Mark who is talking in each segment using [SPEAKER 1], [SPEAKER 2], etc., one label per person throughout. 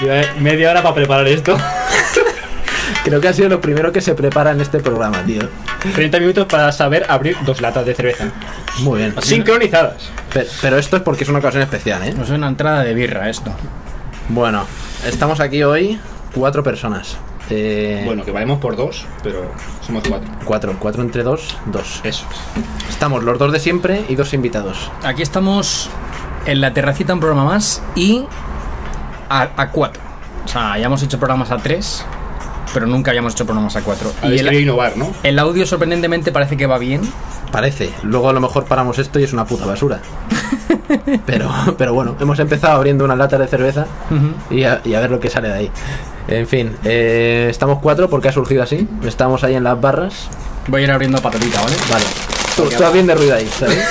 [SPEAKER 1] Lleva eh, media hora para preparar esto.
[SPEAKER 2] Creo que ha sido lo primero que se prepara en este programa, tío.
[SPEAKER 1] 30 minutos para saber abrir dos latas de cerveza.
[SPEAKER 2] Muy bien.
[SPEAKER 1] Sincronizadas.
[SPEAKER 2] Pero, pero esto es porque es una ocasión especial, ¿eh?
[SPEAKER 3] No es una entrada de birra esto.
[SPEAKER 2] Bueno, estamos aquí hoy cuatro personas. Eh,
[SPEAKER 1] Bueno, que valemos por dos, pero somos cuatro.
[SPEAKER 2] Cuatro, cuatro entre dos, dos.
[SPEAKER 1] Eso.
[SPEAKER 2] Estamos los dos de siempre y dos invitados.
[SPEAKER 3] Aquí estamos en la terracita, un programa más y a, a cuatro. O sea, ya hemos hecho programas a tres, pero nunca habíamos hecho programas a cuatro.
[SPEAKER 1] Y
[SPEAKER 3] Y
[SPEAKER 1] él querido
[SPEAKER 3] el,
[SPEAKER 1] innovar, ¿no?
[SPEAKER 3] el audio sorprendentemente parece que va bien.
[SPEAKER 2] Parece. Luego a lo mejor paramos esto y es una puta basura. Pero, pero bueno, hemos empezado abriendo una lata de cerveza y a, y a ver lo que sale de ahí. En fin, eh, estamos cuatro porque ha surgido así. Estamos ahí en las barras.
[SPEAKER 3] Voy a ir abriendo patatita, ¿vale?
[SPEAKER 2] Vale. Tú, tú haz bien de ruido ahí, ¿sabes?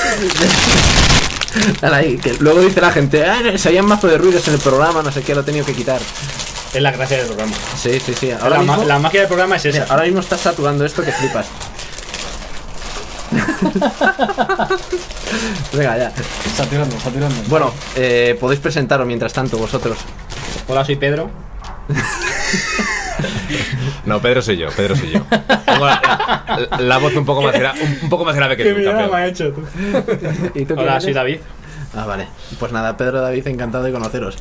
[SPEAKER 2] Dale ahí, que luego dice la gente, "Ah, no, se habían mazo de ruidos en el programa, no sé qué, lo he tenido que quitar.
[SPEAKER 1] Es la gracia del programa.
[SPEAKER 2] Sí, sí, sí. Ahora,
[SPEAKER 1] La,
[SPEAKER 2] mismo,
[SPEAKER 1] ma- la magia del programa es
[SPEAKER 2] mira,
[SPEAKER 1] esa.
[SPEAKER 2] ahora mismo estás saturando esto que flipas. Venga, ya.
[SPEAKER 3] Saturando, saturando.
[SPEAKER 2] Bueno, eh, podéis presentaros mientras tanto vosotros.
[SPEAKER 1] Hola, soy Pedro.
[SPEAKER 4] No, Pedro soy yo, Pedro soy yo. Tengo la, la- la voz un poco más, gra- un, un poco más grave que tú, campeón.
[SPEAKER 1] hecho ¿eh? tú.
[SPEAKER 2] ¿Y tú quién
[SPEAKER 1] Hola,
[SPEAKER 2] eres?
[SPEAKER 1] soy David.
[SPEAKER 2] Ah, vale. Pues nada, Pedro David, encantado de conoceros.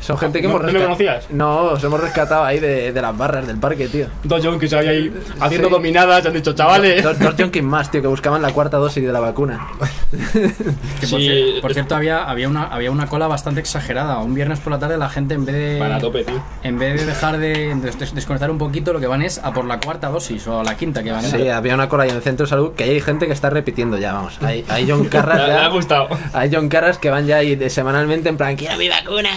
[SPEAKER 2] Son gente que
[SPEAKER 1] Ah, ¿No-
[SPEAKER 2] hemos
[SPEAKER 1] no me
[SPEAKER 2] resca-
[SPEAKER 1] conocías?
[SPEAKER 2] No, os hemos rescatado ahí de, de las barras del parque, tío.
[SPEAKER 1] Dos junkies ahí, ahí haciendo
[SPEAKER 2] Sí.
[SPEAKER 1] dominadas, han dicho, chavales.
[SPEAKER 2] Dos, dos yonkis más, tío, que buscaban la cuarta dosis de la vacuna.
[SPEAKER 3] Que por,
[SPEAKER 1] Sí.
[SPEAKER 3] cier- por cierto, había, había, una, había una cola bastante exagerada. Un viernes por la tarde la gente en vez de...
[SPEAKER 1] Para tope, tío.
[SPEAKER 3] En vez de dejar de des- des- desconectar un poquito, lo que van es a por la cuarta dosis o a la quinta que van.
[SPEAKER 2] Sí, había una cola ahí en el centro de salud que hay gente que está repitiendo ya, vamos. Hay, hay John
[SPEAKER 1] Le,
[SPEAKER 2] Carras
[SPEAKER 1] le ha
[SPEAKER 2] ya.
[SPEAKER 1] gustado.
[SPEAKER 2] Hay John Carras que van ya ahí de- semanalmente en plan, quiero mi vacuna.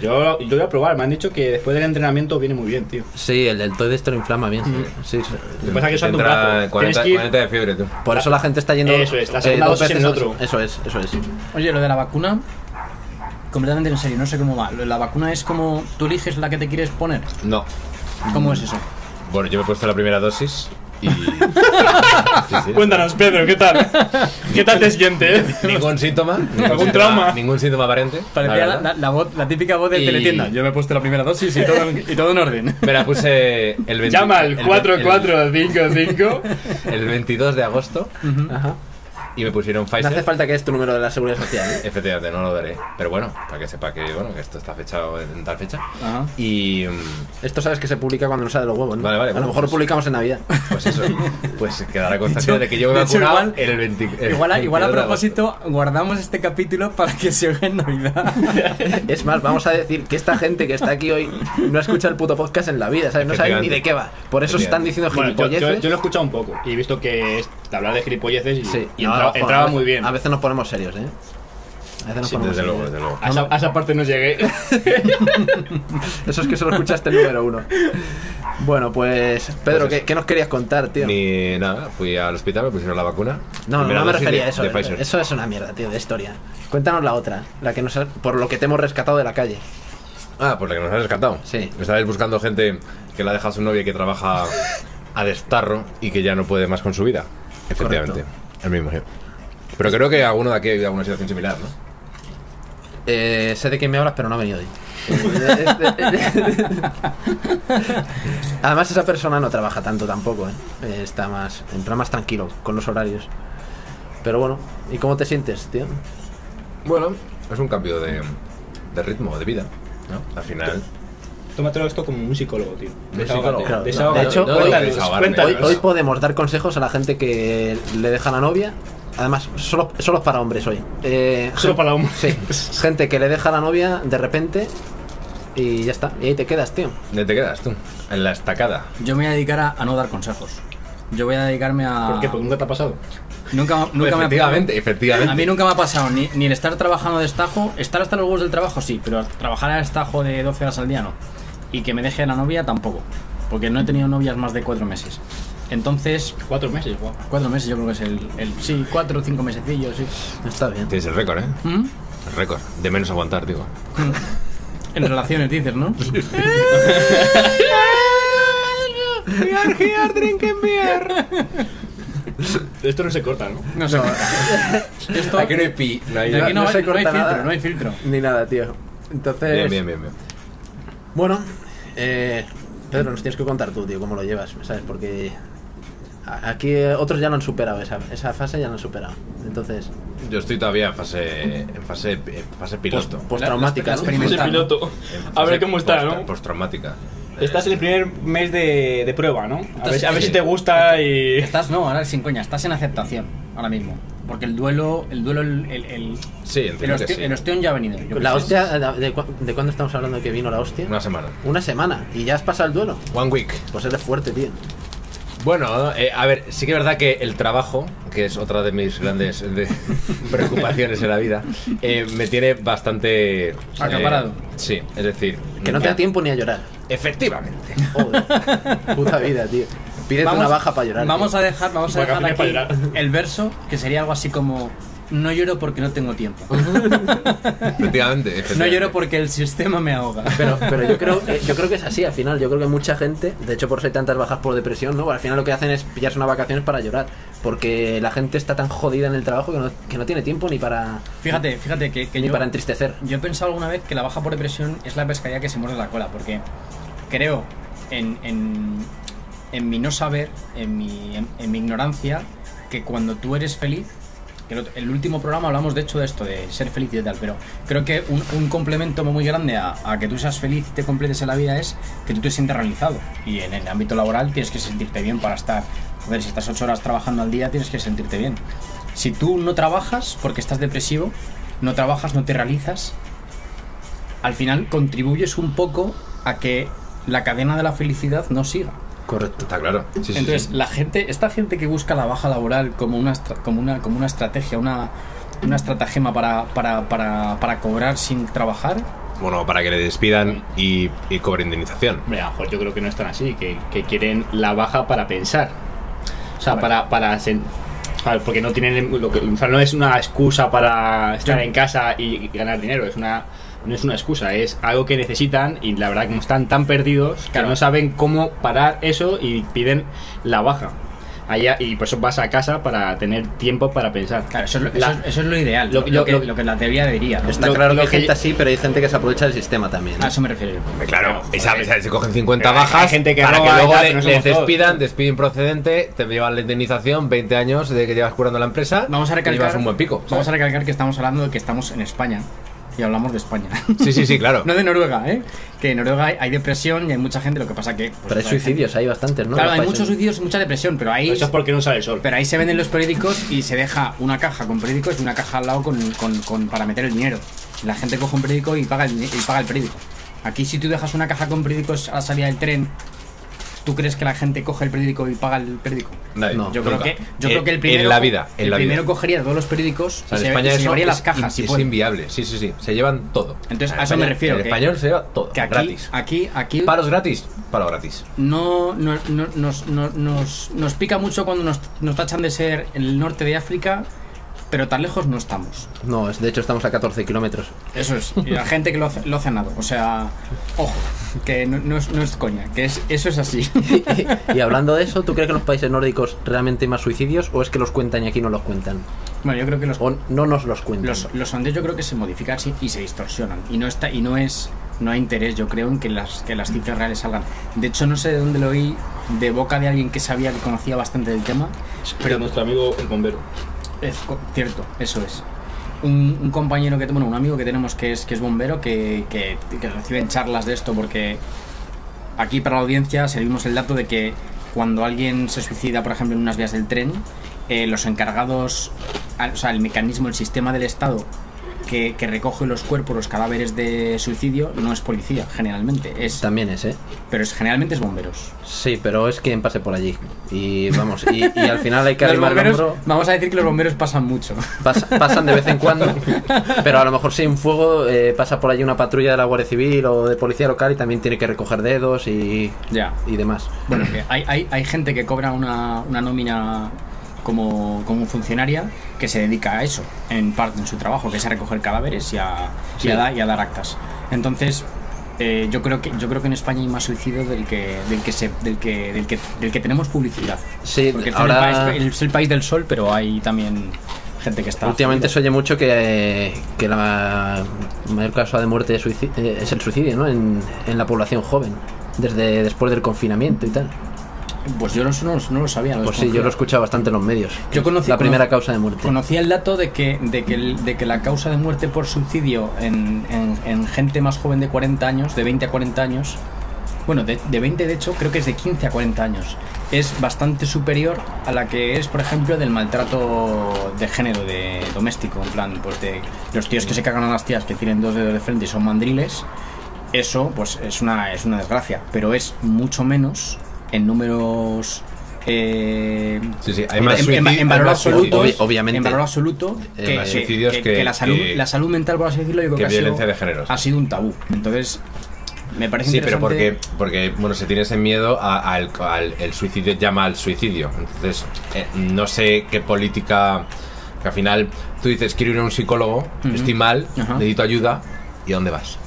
[SPEAKER 1] Yo, yo voy a probar, me han dicho que después del entrenamiento viene muy bien, tío.
[SPEAKER 2] Sí, el deltoide esto lo inflama bien. Sí, sí.
[SPEAKER 1] Lo que pasa es que
[SPEAKER 4] Te
[SPEAKER 1] suelta Pues un
[SPEAKER 4] entra 40,
[SPEAKER 1] brazo. Tienes que ir-
[SPEAKER 4] 40 de fiebre, tú.
[SPEAKER 2] Por eso la gente está yendo. eh,
[SPEAKER 1] Eso es, la segunda
[SPEAKER 2] dos
[SPEAKER 1] dosis en
[SPEAKER 2] veces-
[SPEAKER 1] otro.
[SPEAKER 2] Eso es, eso es.
[SPEAKER 3] Oye, lo de la vacuna, completamente en serio, no sé cómo va. Lo de la vacuna es como tú eliges la que te quieres poner.
[SPEAKER 4] No.
[SPEAKER 3] ¿Cómo es eso?
[SPEAKER 4] Bueno, yo me he puesto la primera dosis y. sí, sí.
[SPEAKER 1] Cuéntanos, Pedro, ¿qué tal? ¿Qué tal te sientes?
[SPEAKER 4] Ningún síntoma. Ningún
[SPEAKER 1] ¿Algún
[SPEAKER 4] síntoma-
[SPEAKER 1] trauma?
[SPEAKER 4] Ningún síntoma aparente.
[SPEAKER 3] Parecía la,
[SPEAKER 4] verdad.
[SPEAKER 3] la- la voz- la típica voz de
[SPEAKER 4] Y-
[SPEAKER 3] teletienda. Yo me he puesto la primera dosis y todo, en- y todo en orden.
[SPEAKER 4] Me la puse el 20
[SPEAKER 1] Llama
[SPEAKER 4] el
[SPEAKER 1] al
[SPEAKER 4] ve-
[SPEAKER 1] 4455.
[SPEAKER 4] El, el 22 de agosto
[SPEAKER 2] Ajá.
[SPEAKER 4] y me pusieron
[SPEAKER 2] No hace
[SPEAKER 4] Pfizer.
[SPEAKER 2] falta que es tu número de la seguridad social. ¿eh?
[SPEAKER 4] Efectivamente, no lo daré. Pero bueno, para que sepa que, bueno, que esto está fechado en tal fecha.
[SPEAKER 3] Ajá.
[SPEAKER 4] Y. mm,
[SPEAKER 2] Esto sabes que se publica cuando nos sale los huevos, ¿no?
[SPEAKER 4] Vale, vale,
[SPEAKER 2] A lo
[SPEAKER 4] bueno,
[SPEAKER 2] mejor
[SPEAKER 4] pues-
[SPEAKER 2] lo publicamos en Navidad.
[SPEAKER 4] Pues eso, pues quedará constancia de que yo me he
[SPEAKER 3] de hecho,
[SPEAKER 4] vacunado
[SPEAKER 3] igual-
[SPEAKER 4] el 20 el
[SPEAKER 3] Igual a, igual a
[SPEAKER 4] 22 de agosto.
[SPEAKER 3] propósito, guardamos este capítulo para que se oiga en Navidad.
[SPEAKER 2] Es más, vamos a decir que esta gente que está aquí hoy no ha escuchado el puto podcast en la vida, ¿sabes? No sabe ni de qué va. Por eso están diciendo
[SPEAKER 1] Bueno, yo,
[SPEAKER 2] gilipolleces.
[SPEAKER 1] yo- yo lo he escuchado un poco y he visto que es de hablar de gilipolleces y,
[SPEAKER 2] Sí,
[SPEAKER 1] y
[SPEAKER 2] no,
[SPEAKER 1] entra-
[SPEAKER 2] ojo, a
[SPEAKER 1] entraba
[SPEAKER 2] veces-
[SPEAKER 1] muy bien.
[SPEAKER 2] A veces nos ponemos serios, ¿eh? A veces nos
[SPEAKER 4] Sí,
[SPEAKER 2] ponemos Ah,
[SPEAKER 4] desde luego,
[SPEAKER 2] serios.
[SPEAKER 4] desde luego.
[SPEAKER 1] A esa, a esa parte no llegué.
[SPEAKER 2] Eso es que solo escuchaste el número uno. Bueno, pues, Pedro,
[SPEAKER 4] Pues eso.
[SPEAKER 2] ¿qué, qué nos querías contar, tío?
[SPEAKER 4] Ni nada, fui al hospital, me pusieron la vacuna.
[SPEAKER 2] No,
[SPEAKER 4] Primera
[SPEAKER 2] no me
[SPEAKER 4] dosis
[SPEAKER 2] refería a
[SPEAKER 4] de-
[SPEAKER 2] eso. eh.
[SPEAKER 4] de Pfizer.
[SPEAKER 2] Eso es una mierda, tío, de historia. Cuéntanos la otra, la que nos ha- por lo que te hemos rescatado de la calle.
[SPEAKER 4] Ah, pues la que nos has rescatado.
[SPEAKER 2] Sí.
[SPEAKER 4] Estabais buscando gente que la deja a su novia y que trabaja a destarro y que ya no puede más con su vida. Efectivamente, el mismo. sí. Pero creo que alguno de aquí ha vivido alguna situación similar, ¿no?
[SPEAKER 2] Eh, sé de quién me hablas, pero no ha venido hoy. Además, esa persona no trabaja tanto tampoco, ¿eh? Eh, Está más, en plan más tranquilo con los horarios. Pero bueno, ¿y cómo te sientes, tío?
[SPEAKER 4] Bueno, es un cambio de, de ritmo, de vida. ¿no? Al final,
[SPEAKER 1] Tómatelo esto como un psicólogo, tío.
[SPEAKER 4] psicólogo.
[SPEAKER 1] Desahógate.
[SPEAKER 4] Claro,
[SPEAKER 1] desahógate.
[SPEAKER 2] de hecho,
[SPEAKER 1] Cuéntanos,
[SPEAKER 2] hoy-
[SPEAKER 1] cuéntanos.
[SPEAKER 2] Hoy,
[SPEAKER 4] Claro.
[SPEAKER 2] hoy podemos dar consejos a la gente que le deja la novia. Además, solo, solo es para hombres hoy. Eh,
[SPEAKER 1] Solo para un...
[SPEAKER 2] Sí, gente que le deja la novia de repente y ya está. Y ahí te quedas, tío.
[SPEAKER 4] ¿dónde te quedas tú? En la estacada.
[SPEAKER 3] Yo me voy a dedicar a, a no dar consejos. Yo voy a dedicarme a.
[SPEAKER 1] ¿Por qué? Porque nunca te ha pasado.
[SPEAKER 3] Nunca, nunca me ha-
[SPEAKER 4] efectivamente, efectivamente.
[SPEAKER 3] A mí nunca me ha pasado ni, ni el estar trabajando de estajo, estar hasta los huevos del trabajo sí, pero trabajar a estajo de 12 horas al día no. Y que me deje la novia tampoco, porque no he tenido novias más de 4 meses. Entonces,
[SPEAKER 1] Cuatro meses, guau.
[SPEAKER 3] 4 meses yo creo que es el... el- sí, 4 o 5 mesecillos, sí.
[SPEAKER 2] Está bien.
[SPEAKER 4] Tienes el récord, ¿eh?
[SPEAKER 3] ¿Mm?
[SPEAKER 4] Récord. De menos aguantar, digo.
[SPEAKER 3] En relaciones, dices, ¿no?
[SPEAKER 1] Esto no se corta, ¿no?
[SPEAKER 3] No sé. Esto,
[SPEAKER 4] Aquí no hay pi. No hay...
[SPEAKER 3] de aquí no,
[SPEAKER 2] no
[SPEAKER 3] hay-
[SPEAKER 2] se
[SPEAKER 3] no
[SPEAKER 2] corta
[SPEAKER 3] hay filtro,
[SPEAKER 2] nada.
[SPEAKER 3] no hay filtro.
[SPEAKER 2] Ni nada, tío. Entonces.
[SPEAKER 4] Bien, bien, bien, bien.
[SPEAKER 2] Bueno, eh, Pedro, nos tienes que contar tú, tío, cómo lo llevas, ¿sabes? Porque a- aquí eh, otros ya lo han superado, esa, esa fase ya lo han superado. Entonces,
[SPEAKER 4] Yo estoy todavía en fase, en fase, en fase piloto.
[SPEAKER 2] postraumática.
[SPEAKER 3] las-
[SPEAKER 2] ¿no? Eh, pues
[SPEAKER 3] las primeras-
[SPEAKER 1] Ese
[SPEAKER 3] Experimentar.
[SPEAKER 1] piloto. A ver cómo está, ¿no?
[SPEAKER 4] Postraumática.
[SPEAKER 1] Estás en el primer mes de, de prueba, ¿no? A ver, a ver
[SPEAKER 4] sí.
[SPEAKER 1] si te gusta y.
[SPEAKER 3] Estás, no, ahora sin coña, estás en aceptación ahora mismo. Porque el duelo, el duelo, el, el, el,
[SPEAKER 4] Sí,
[SPEAKER 3] el,
[SPEAKER 4] entiendo que
[SPEAKER 3] osteo-
[SPEAKER 4] sí.
[SPEAKER 3] el ostión ya ha venido. yo
[SPEAKER 2] La
[SPEAKER 3] qué sé.
[SPEAKER 2] hostia, eh, ¿de, cu- de cuándo estamos hablando que vino la hostia?
[SPEAKER 4] Una semana.
[SPEAKER 2] Una semana, y ya has pasado el duelo.
[SPEAKER 4] One week.
[SPEAKER 2] Pues eres fuerte, tío.
[SPEAKER 4] Bueno, eh, a ver, sí que es verdad que el trabajo, que es otra de mis grandes eh, de- preocupaciones en la vida, eh, me tiene bastante... eh,
[SPEAKER 3] Acaparado.
[SPEAKER 4] sí, es decir...
[SPEAKER 2] Que no te da tiempo ni a llorar.
[SPEAKER 4] Efectivamente.
[SPEAKER 2] Joder. Puta vida, tío. Pídete una baja para llorar.
[SPEAKER 3] Vamos
[SPEAKER 2] tío.
[SPEAKER 3] a dejar, vamos a dejar
[SPEAKER 1] Vacaciones
[SPEAKER 3] aquí
[SPEAKER 1] para llorar.
[SPEAKER 3] el verso, que sería algo así como no lloro porque no tengo tiempo.
[SPEAKER 1] Pues
[SPEAKER 4] Efectivamente.
[SPEAKER 3] No
[SPEAKER 4] efectivamente.
[SPEAKER 3] lloro porque el sistema me ahoga.
[SPEAKER 2] Pero, pero yo, creo, eh, yo creo que es así, al final. Yo creo que mucha gente, de hecho por eso hay tantas bajas por depresión, ¿no? Al final lo que hacen es pillarse unas vacaciones para llorar. Porque la gente está tan jodida en el trabajo que no, que no tiene tiempo ni para,
[SPEAKER 3] Fíjate, fíjate que, que
[SPEAKER 2] ni
[SPEAKER 3] yo,
[SPEAKER 2] para entristecer.
[SPEAKER 3] yo he pensado alguna vez que la baja por depresión es la pescadilla que se muerde la cola, porque creo en, en, en mi no saber, en mi, en, en mi ignorancia, que cuando tú eres feliz, que el, otro- el último programa hablamos de hecho de esto, de ser feliz y de tal, pero creo que un, un complemento muy grande a, a que tú seas feliz y te completes en la vida es que tú te sientas realizado. Y en el ámbito laboral tienes que sentirte bien para estar, joder, si estás ocho horas trabajando al día tienes que sentirte bien. Si tú no trabajas porque estás depresivo, no trabajas, no te realizas, al final contribuyes un poco a que la cadena de la felicidad no siga.
[SPEAKER 2] Correcto.
[SPEAKER 4] Está claro. Sí, sí,
[SPEAKER 3] Entonces,
[SPEAKER 4] sí.
[SPEAKER 3] la gente, esta gente que busca la baja laboral como una, estra- como una, como una estrategia, una, una estratagema para, para, para, para cobrar sin trabajar,
[SPEAKER 4] Bueno, para que le despidan y, y cobre indemnización.
[SPEAKER 1] Hombre, a lo mejor yo creo que no están así, que, que quieren la baja para pensar. O sea, para. para sen- claro, porque no tienen. em-, Lo que, o sea, no es una excusa para estar
[SPEAKER 3] Sí.
[SPEAKER 1] en casa y, y ganar dinero, es una. No es una excusa, es algo que necesitan y la verdad que como están tan perdidos
[SPEAKER 3] Claro.
[SPEAKER 1] que no saben cómo parar eso y piden la baja. Allá, y por eso vas a casa para tener tiempo para pensar.
[SPEAKER 3] claro, eso es lo,
[SPEAKER 1] La-
[SPEAKER 3] eso es- eso es lo ideal,
[SPEAKER 1] lo-
[SPEAKER 3] lo,
[SPEAKER 1] lo-
[SPEAKER 3] lo que,
[SPEAKER 1] lo-
[SPEAKER 3] lo que la teoría diría. ¿no?
[SPEAKER 2] Está
[SPEAKER 1] Lo-
[SPEAKER 2] claro que
[SPEAKER 1] lo
[SPEAKER 2] hay
[SPEAKER 1] que
[SPEAKER 2] gente
[SPEAKER 1] yo-
[SPEAKER 2] así, pero hay gente que se aprovecha del sistema también. ¿no?
[SPEAKER 3] A eso me refiero. yo.
[SPEAKER 4] Claro,
[SPEAKER 1] Joder.
[SPEAKER 4] esa, esa- se cogen 50
[SPEAKER 1] Pero hay-
[SPEAKER 4] bajas
[SPEAKER 1] hay gente que
[SPEAKER 4] para
[SPEAKER 1] roba y
[SPEAKER 4] que luego
[SPEAKER 1] tal,
[SPEAKER 4] le-
[SPEAKER 1] que no
[SPEAKER 4] les
[SPEAKER 1] somos todos.
[SPEAKER 4] despidan, despiden procedente, te llevan la indemnización, 20 años de que llevas curando la empresa.
[SPEAKER 3] Vamos a
[SPEAKER 4] y llevas
[SPEAKER 3] recalcar,
[SPEAKER 4] un buen pico.
[SPEAKER 3] vamos a recalcar que estamos hablando de que estamos en España y hablamos de España.
[SPEAKER 4] Sí, sí, sí, claro.
[SPEAKER 3] No de Noruega, ¿eh? Que en Noruega hay, hay depresión y hay mucha gente, lo que pasa que... pues,
[SPEAKER 2] Pero hay
[SPEAKER 3] hay
[SPEAKER 2] suicidios, hay bastantes, ¿no?
[SPEAKER 3] gente- Claro,
[SPEAKER 2] Los
[SPEAKER 3] hay
[SPEAKER 2] países-
[SPEAKER 3] muchos suicidios y mucha depresión, pero ahí,
[SPEAKER 1] Eso es porque no sale el sol.
[SPEAKER 3] pero ahí se venden los periódicos y se deja una caja con periódicos y una caja al lado con, con- con- para meter el dinero. Y La gente coge un periódico y paga, el, dine- y paga el periódico. Aquí si tú dejas una caja con periódicos a la salida del tren, ¿tú crees que la gente coge el periódico y paga el periódico?
[SPEAKER 4] Nadie,
[SPEAKER 2] No,
[SPEAKER 3] Yo creo
[SPEAKER 4] nunca.
[SPEAKER 3] que, yo
[SPEAKER 4] En-
[SPEAKER 3] creo que el primero...
[SPEAKER 4] En la vida, en
[SPEAKER 3] el
[SPEAKER 4] la
[SPEAKER 3] primero
[SPEAKER 4] vida.
[SPEAKER 3] cogería todos los periódicos
[SPEAKER 4] O sea,
[SPEAKER 3] y
[SPEAKER 4] en
[SPEAKER 3] se,
[SPEAKER 4] España
[SPEAKER 3] y se
[SPEAKER 4] eso
[SPEAKER 3] llevaría las
[SPEAKER 4] es-
[SPEAKER 3] cajas, si
[SPEAKER 4] es
[SPEAKER 3] puede.
[SPEAKER 4] inviable. Sí, sí, sí. Se llevan todo.
[SPEAKER 3] Entonces,
[SPEAKER 4] En
[SPEAKER 3] a eso me
[SPEAKER 4] España-
[SPEAKER 3] refiero,
[SPEAKER 4] En
[SPEAKER 3] que-
[SPEAKER 4] español se lleva todo.
[SPEAKER 3] Que aquí,
[SPEAKER 4] gratis.
[SPEAKER 3] aquí, aquí...
[SPEAKER 4] Paros gratis, paro gratis.
[SPEAKER 3] no, no, no- nos, no- nos, nos pica mucho cuando nos, nos tachan de ser el norte de África, pero tan lejos no estamos.
[SPEAKER 2] No, es- de hecho estamos a 14 kilómetros.
[SPEAKER 3] Eso es. Y la gente que lo, hace- lo ha cenado. O sea, ojo, que no, no es, no es coña, que es, eso es así.
[SPEAKER 2] y hablando de eso, ¿tú crees que en los países nórdicos realmente hay más suicidios o es que los cuentan y aquí no los cuentan?
[SPEAKER 3] Bueno, yo creo que los,
[SPEAKER 2] O no nos los cuentan.
[SPEAKER 3] los, los sondeos yo creo que se modifican sí, y se distorsionan. Y no está, y no es, no hay interés, yo creo, en que las, que las cifras reales salgan. De hecho, no sé de dónde lo oí de boca de alguien que sabía que conocía bastante del tema,
[SPEAKER 1] Pero nuestro amigo el bombero.
[SPEAKER 3] Es co- cierto, eso es. Un, un compañero que bueno, un amigo que tenemos que es que es bombero, que, que, que reciben charlas de esto, porque aquí para la audiencia servimos el dato de que cuando alguien se suicida, por ejemplo, en unas vías del tren, eh, los encargados, al- o sea, el mecanismo, el sistema del Estado que, que recoge los cuerpos, los cadáveres de suicidio, no es policía, generalmente. Es,
[SPEAKER 2] También es, ¿eh?
[SPEAKER 3] pero es, generalmente es bomberos.
[SPEAKER 2] Sí, pero es quien pase por allí. Y vamos, y, y al final hay que
[SPEAKER 3] Los
[SPEAKER 2] arrimar el
[SPEAKER 3] bomberos,
[SPEAKER 2] hombro.
[SPEAKER 3] vamos a decir que los bomberos pasan mucho.
[SPEAKER 2] Pas- pasan de vez en cuando, pero a lo mejor si hay un fuego, eh, pasa por allí una patrulla de la Guardia Civil o de policía local y también tiene que recoger dedos y,
[SPEAKER 3] ya.
[SPEAKER 2] y demás.
[SPEAKER 3] Bueno, que hay, hay, hay gente que cobra una, una nómina como, como funcionaria que se dedica a eso, en parte en su trabajo, que es a recoger cadáveres y a, y
[SPEAKER 1] Sí.
[SPEAKER 3] a, dar, y a dar actas. Entonces, eh, yo creo que yo creo que en España hay más suicidio del que del que se, del que del que, del que tenemos publicidad.
[SPEAKER 2] Sí,
[SPEAKER 3] Porque este
[SPEAKER 2] ahora-
[SPEAKER 3] es, el país, es el país del sol, pero hay también gente que está
[SPEAKER 2] Últimamente se oye mucho que, que la mayor causa de muerte es, suici- eh, es el suicidio, ¿no? En, en la población joven, desde después del confinamiento y tal.
[SPEAKER 3] Pues yo no, no, no lo sabía. lo
[SPEAKER 2] Pues sí, yo lo he
[SPEAKER 3] desconocía.
[SPEAKER 2] escuchado bastante en los medios.
[SPEAKER 3] Yo conocí-
[SPEAKER 2] la primera
[SPEAKER 3] conocí-
[SPEAKER 2] causa de muerte.
[SPEAKER 3] Conocía el dato de que, de que, el- de que la causa de muerte por suicidio en, en- en gente más joven de 40 años, de 20 a 40 años, bueno, de, de 20 de hecho, creo que es de 15 a 40 años, es bastante superior a la que es, por ejemplo, del maltrato de género, de doméstico, en plan, pues de los tíos que se cagan a las tías que tienen dos dedos de frente y son mandriles, eso pues es una, es una desgracia, pero es mucho menos en números... eh,
[SPEAKER 4] Sí, sí, hay
[SPEAKER 3] en-
[SPEAKER 4] más
[SPEAKER 3] en, en-
[SPEAKER 4] suicid-
[SPEAKER 3] en valor
[SPEAKER 4] hay más
[SPEAKER 3] absoluto,
[SPEAKER 2] suicidios. Obvi- obviamente.
[SPEAKER 3] En valor absoluto,
[SPEAKER 2] Eh,
[SPEAKER 3] que,
[SPEAKER 2] más
[SPEAKER 3] que-
[SPEAKER 4] suicidios
[SPEAKER 3] que-
[SPEAKER 4] que-
[SPEAKER 3] que la, salud,
[SPEAKER 4] que-
[SPEAKER 3] la salud mental, por así decirlo, yo creo
[SPEAKER 4] que
[SPEAKER 3] que, ha,
[SPEAKER 4] violencia
[SPEAKER 3] sido,
[SPEAKER 4] de género, sí.
[SPEAKER 3] ha sido un tabú. Entonces, me parece
[SPEAKER 4] Sí, pero porque,
[SPEAKER 3] interesante-
[SPEAKER 4] porque bueno, se tiene ese miedo a- al, al- el suicidio, llama al suicidio. Entonces, eh, no sé qué política. Que al final tú dices, quiero ir a un psicólogo,
[SPEAKER 3] Ujú.
[SPEAKER 4] estoy mal,
[SPEAKER 3] Ajá.
[SPEAKER 4] necesito ayuda, ¿y a dónde vas?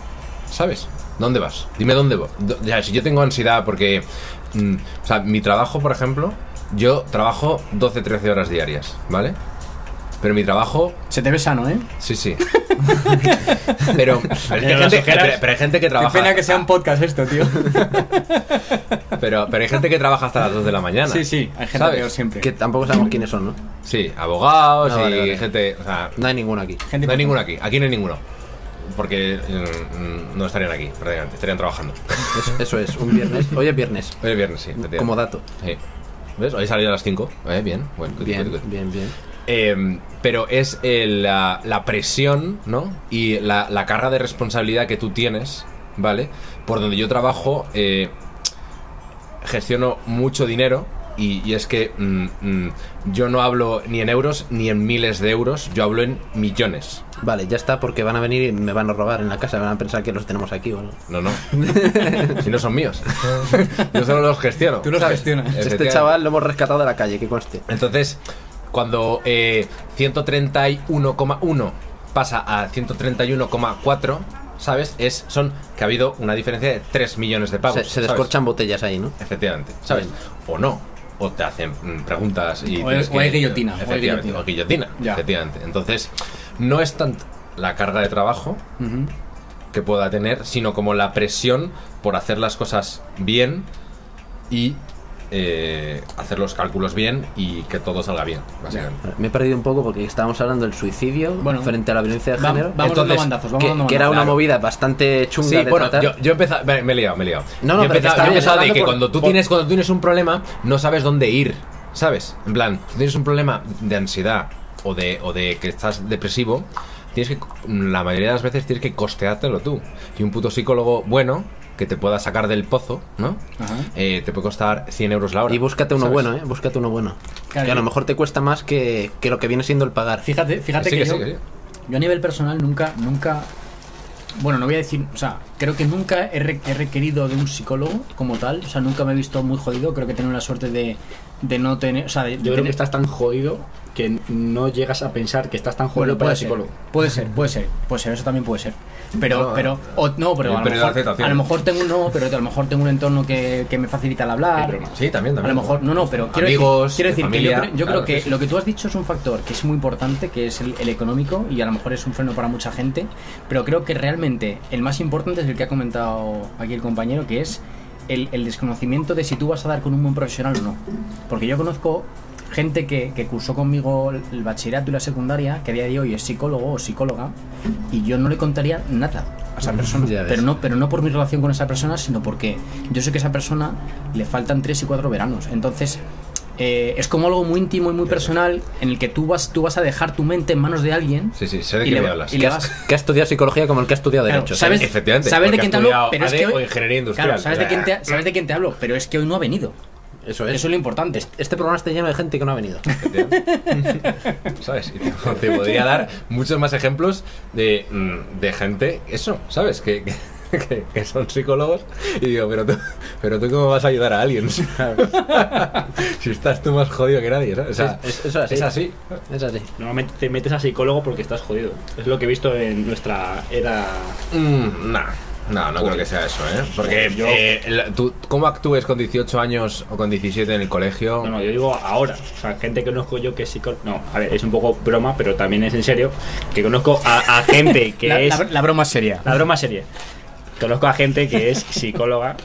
[SPEAKER 4] ¿Sabes? ¿Dónde vas? Dime dónde voy. Do- ya, si yo tengo ansiedad porque. mm, o sea, mi trabajo, por ejemplo, yo trabajo 12-13 horas diarias, ¿vale? Pero mi trabajo
[SPEAKER 3] Se te ve sano, ¿eh?
[SPEAKER 4] Sí, sí. pero, pero es que hay
[SPEAKER 1] las
[SPEAKER 4] gente,
[SPEAKER 1] ojeras.
[SPEAKER 4] pero- pero hay gente que trabaja.
[SPEAKER 3] Qué pena que sea un podcast esto, tío.
[SPEAKER 4] pero, pero hay gente que trabaja hasta las 2 de la mañana.
[SPEAKER 3] sí, sí, hay gente
[SPEAKER 4] ¿sabes?
[SPEAKER 3] peor siempre.
[SPEAKER 2] Que tampoco sabemos quiénes son, ¿no?
[SPEAKER 4] Sí, abogados
[SPEAKER 2] Ah,
[SPEAKER 4] y
[SPEAKER 2] vale, vale.
[SPEAKER 4] gente. O sea,
[SPEAKER 2] No hay ninguno aquí.
[SPEAKER 3] Gente
[SPEAKER 4] no
[SPEAKER 3] por-
[SPEAKER 4] hay ninguno aquí. Aquí no hay ninguno. Porque mm, mm, no estarían aquí, prácticamente. Estarían trabajando.
[SPEAKER 2] Eso, eso es, un viernes. Hoy es viernes,
[SPEAKER 4] Hoy es viernes, sí. efectivamente.
[SPEAKER 2] como dato.
[SPEAKER 4] Sí. ¿Ves? Hoy he salido a las 5. Eh, bien, bueno, good,
[SPEAKER 2] Bien,
[SPEAKER 4] good, good.
[SPEAKER 2] bien, bien.
[SPEAKER 4] Eh, pero es el, la, la presión, ¿no? Y la, la carga de responsabilidad que tú tienes, ¿vale? Por donde yo trabajo, eh, gestiono mucho dinero. Y, y es que mm, mm, yo no hablo ni en euros ni en miles de euros, yo hablo en millones.
[SPEAKER 2] Vale, ya está, porque van a venir y me van a robar en la casa. Van a pensar que los tenemos aquí, ¿no?
[SPEAKER 4] No, no. si no son míos. yo solo los gestiono.
[SPEAKER 3] Tú los
[SPEAKER 4] ¿sabes?
[SPEAKER 3] gestionas. Este
[SPEAKER 2] Este
[SPEAKER 4] Efectivamente.
[SPEAKER 2] chaval lo hemos rescatado de la calle, que conste.
[SPEAKER 4] Entonces, cuando eh, 131,1 pasa a 131,4, ¿sabes? Es, son que ha habido una diferencia de 3 millones de pavos.
[SPEAKER 2] se, se
[SPEAKER 4] ¿sabes?
[SPEAKER 2] descorchan botellas ahí, ¿no?
[SPEAKER 4] Efectivamente, ¿sabes?
[SPEAKER 2] Bien.
[SPEAKER 4] O no. O te hacen mm, preguntas y.
[SPEAKER 3] O
[SPEAKER 4] tienes
[SPEAKER 3] hay- o hay guillotina, o hay
[SPEAKER 4] Efectivamente,
[SPEAKER 3] guillotina.
[SPEAKER 4] o guillotina.
[SPEAKER 3] Ya.
[SPEAKER 4] Efectivamente. Entonces, no es tanto la carga de trabajo
[SPEAKER 3] Ujú.
[SPEAKER 4] que pueda tener, sino como la presión por hacer las cosas bien y eh, hacer los cálculos bien y que todo salga bien, básicamente.
[SPEAKER 2] Me he perdido un poco porque estábamos hablando del suicidio
[SPEAKER 3] Bueno.
[SPEAKER 2] frente a la violencia de
[SPEAKER 3] Va-
[SPEAKER 2] género.
[SPEAKER 3] vamos dando
[SPEAKER 4] Entonces,
[SPEAKER 3] bandazos,
[SPEAKER 2] que,
[SPEAKER 3] vamos dando
[SPEAKER 2] que era una
[SPEAKER 3] bandazos.
[SPEAKER 2] movida bastante chunga
[SPEAKER 4] Sí,
[SPEAKER 2] de
[SPEAKER 4] bueno,
[SPEAKER 2] tratar.
[SPEAKER 4] yo, yo he empezado, vale, me he liado, me he liado.
[SPEAKER 2] No, no,
[SPEAKER 4] yo he
[SPEAKER 2] pero que
[SPEAKER 4] empezado,
[SPEAKER 2] está
[SPEAKER 4] yo he
[SPEAKER 2] bien,
[SPEAKER 4] empezado de
[SPEAKER 2] hablando
[SPEAKER 4] que
[SPEAKER 2] por-
[SPEAKER 4] cuando, tú
[SPEAKER 2] por-
[SPEAKER 4] tienes, cuando tú tienes un problema, no sabes dónde ir, ¿sabes? En plan, tú tienes un problema de ansiedad o de, o de que estás depresivo, tienes que, la mayoría de las veces tienes que costeártelo tú. Y un puto psicólogo bueno que te pueda sacar del pozo, ¿no?
[SPEAKER 3] Ajá.
[SPEAKER 4] Eh, te puede costar 100 euros la hora.
[SPEAKER 2] Y búscate uno
[SPEAKER 4] ¿sabes?
[SPEAKER 2] bueno, ¿eh? Búscate uno bueno.
[SPEAKER 3] Claro,
[SPEAKER 2] que a
[SPEAKER 3] y-
[SPEAKER 2] lo mejor te cuesta más que, que lo que viene siendo el pagar.
[SPEAKER 3] Fíjate, fíjate
[SPEAKER 4] Sí,
[SPEAKER 3] que,
[SPEAKER 4] que
[SPEAKER 3] yo,
[SPEAKER 4] sí, que sí.
[SPEAKER 3] yo a nivel personal nunca, nunca, bueno, no voy a decir, o sea, creo que nunca he, re- he requerido de un psicólogo como tal, o sea, nunca me he visto muy jodido, creo que he tenido la suerte de, de no tener, o sea, de, de
[SPEAKER 1] Yo creo
[SPEAKER 3] tener-
[SPEAKER 1] que estás tan jodido que no llegas a pensar que estás tan jodido
[SPEAKER 3] Bueno,
[SPEAKER 1] para
[SPEAKER 3] puede
[SPEAKER 1] el
[SPEAKER 3] ser,
[SPEAKER 1] psicólogo.
[SPEAKER 3] puede ser, puede ser, puede ser, eso también puede ser.
[SPEAKER 4] No,
[SPEAKER 3] Pero,
[SPEAKER 4] no.
[SPEAKER 3] pero, o- no, pero a
[SPEAKER 4] Pero
[SPEAKER 3] lo,
[SPEAKER 4] la
[SPEAKER 3] mejor,
[SPEAKER 4] aceptación.
[SPEAKER 3] a lo mejor tengo un no, pero a lo mejor tengo un entorno que, que me facilita el hablar.
[SPEAKER 1] Qué
[SPEAKER 2] ¿eh?
[SPEAKER 1] broma.
[SPEAKER 4] Sí, también,
[SPEAKER 3] A
[SPEAKER 4] también.
[SPEAKER 3] lo mejor, no, no, pero quiero
[SPEAKER 4] Amigos,
[SPEAKER 3] decir, quiero
[SPEAKER 4] de
[SPEAKER 3] decir
[SPEAKER 4] familia,
[SPEAKER 3] que yo, cre- yo
[SPEAKER 4] claro,
[SPEAKER 3] creo que
[SPEAKER 4] sí, sí.
[SPEAKER 3] lo que tú has dicho es un factor que es muy importante, que es el, el económico, y a lo mejor es un freno para mucha gente, pero creo que realmente el más importante es el que ha comentado aquí el compañero, que es el, el desconocimiento de si tú vas a dar con un buen profesional o no. Porque yo conozco gente que, que cursó conmigo el- el bachillerato y la secundaria, que a día de hoy es psicólogo o psicóloga, y yo no le contaría nada a esa persona.
[SPEAKER 2] Ya ves.
[SPEAKER 3] Pero no, pero no por mi relación con esa persona, sino porque yo sé que a esa persona le faltan tres y cuatro veranos. Entonces, eh, es como algo muy íntimo y muy personal en el que tú vas, tú vas a dejar tu mente en manos de alguien.
[SPEAKER 4] Sí, sí, sé de
[SPEAKER 3] Y
[SPEAKER 4] qué
[SPEAKER 3] le-
[SPEAKER 4] me hablas.
[SPEAKER 3] y le vas-
[SPEAKER 2] Que ha estudiado psicología como el que ha estudiado
[SPEAKER 3] Claro,
[SPEAKER 2] derecho.
[SPEAKER 3] ¿sabes,
[SPEAKER 4] efectivamente,
[SPEAKER 3] sabes de
[SPEAKER 4] porque
[SPEAKER 3] quién te
[SPEAKER 4] ha
[SPEAKER 3] hablo?
[SPEAKER 4] estudiado
[SPEAKER 3] Pero es
[SPEAKER 4] AD
[SPEAKER 3] que hoy-
[SPEAKER 4] o ingeniería industrial.
[SPEAKER 3] Claro, ¿sabes de, quién te, sabes de quién te hablo, pero es que hoy no ha venido.
[SPEAKER 2] Eso es.
[SPEAKER 3] Eso es lo importante.
[SPEAKER 2] Este programa está lleno de gente que no ha venido.
[SPEAKER 4] ¿Sabes? Y te, te podría dar muchos más ejemplos de, mm, de gente, eso, ¿sabes? Que, que- que, que son psicólogos, y digo, pero tú, pero tú cómo vas a ayudar a alguien, ¿sabes? si estás tú más jodido que nadie, ¿sabes? O sea,
[SPEAKER 2] Es- es- eso así.
[SPEAKER 4] es así.
[SPEAKER 2] Es así.
[SPEAKER 1] Normalmente te metes a psicólogo porque estás jodido. Es lo que he visto en nuestra era.
[SPEAKER 4] Mm, nah. No, no creo que sea eso, ¿eh? Porque
[SPEAKER 1] Yo-
[SPEAKER 4] eh, la- tú, ¿cómo actúes con 18 años o con 17 en el colegio?
[SPEAKER 1] No, no, yo digo ahora. O sea, gente que conozco yo que es psicólogo. No, a ver, es un poco broma, pero también es en serio. Que conozco a, a gente que
[SPEAKER 3] la,
[SPEAKER 1] es.
[SPEAKER 3] la- la broma sería.
[SPEAKER 1] La broma seria. Conozco a gente que es psicóloga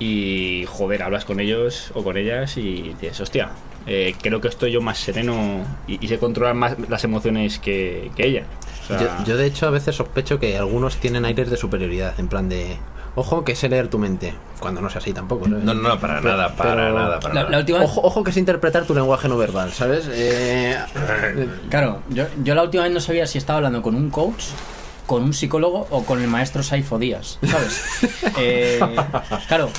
[SPEAKER 1] y, joder, hablas con ellos o con ellas y dices, hostia, eh, creo que estoy yo más sereno y, y sé controlar más las emociones que, que ella. O sea,
[SPEAKER 2] Yo, yo, de hecho a veces sospecho que algunos tienen aires de superioridad, en plan de, ojo que sé leer tu mente, cuando no es así tampoco. ¿sabes?
[SPEAKER 4] No, no, no, para nada, para
[SPEAKER 2] pero-
[SPEAKER 4] nada, para
[SPEAKER 3] La,
[SPEAKER 4] nada.
[SPEAKER 3] la última vez,
[SPEAKER 2] Ojo, ojo que sé interpretar tu lenguaje no verbal, ¿sabes? Eh,
[SPEAKER 3] claro, yo, yo la última vez no sabía si estaba hablando con un coach, con un psicólogo o con el maestro Saifo Díaz, ¿sabes? Eh, claro,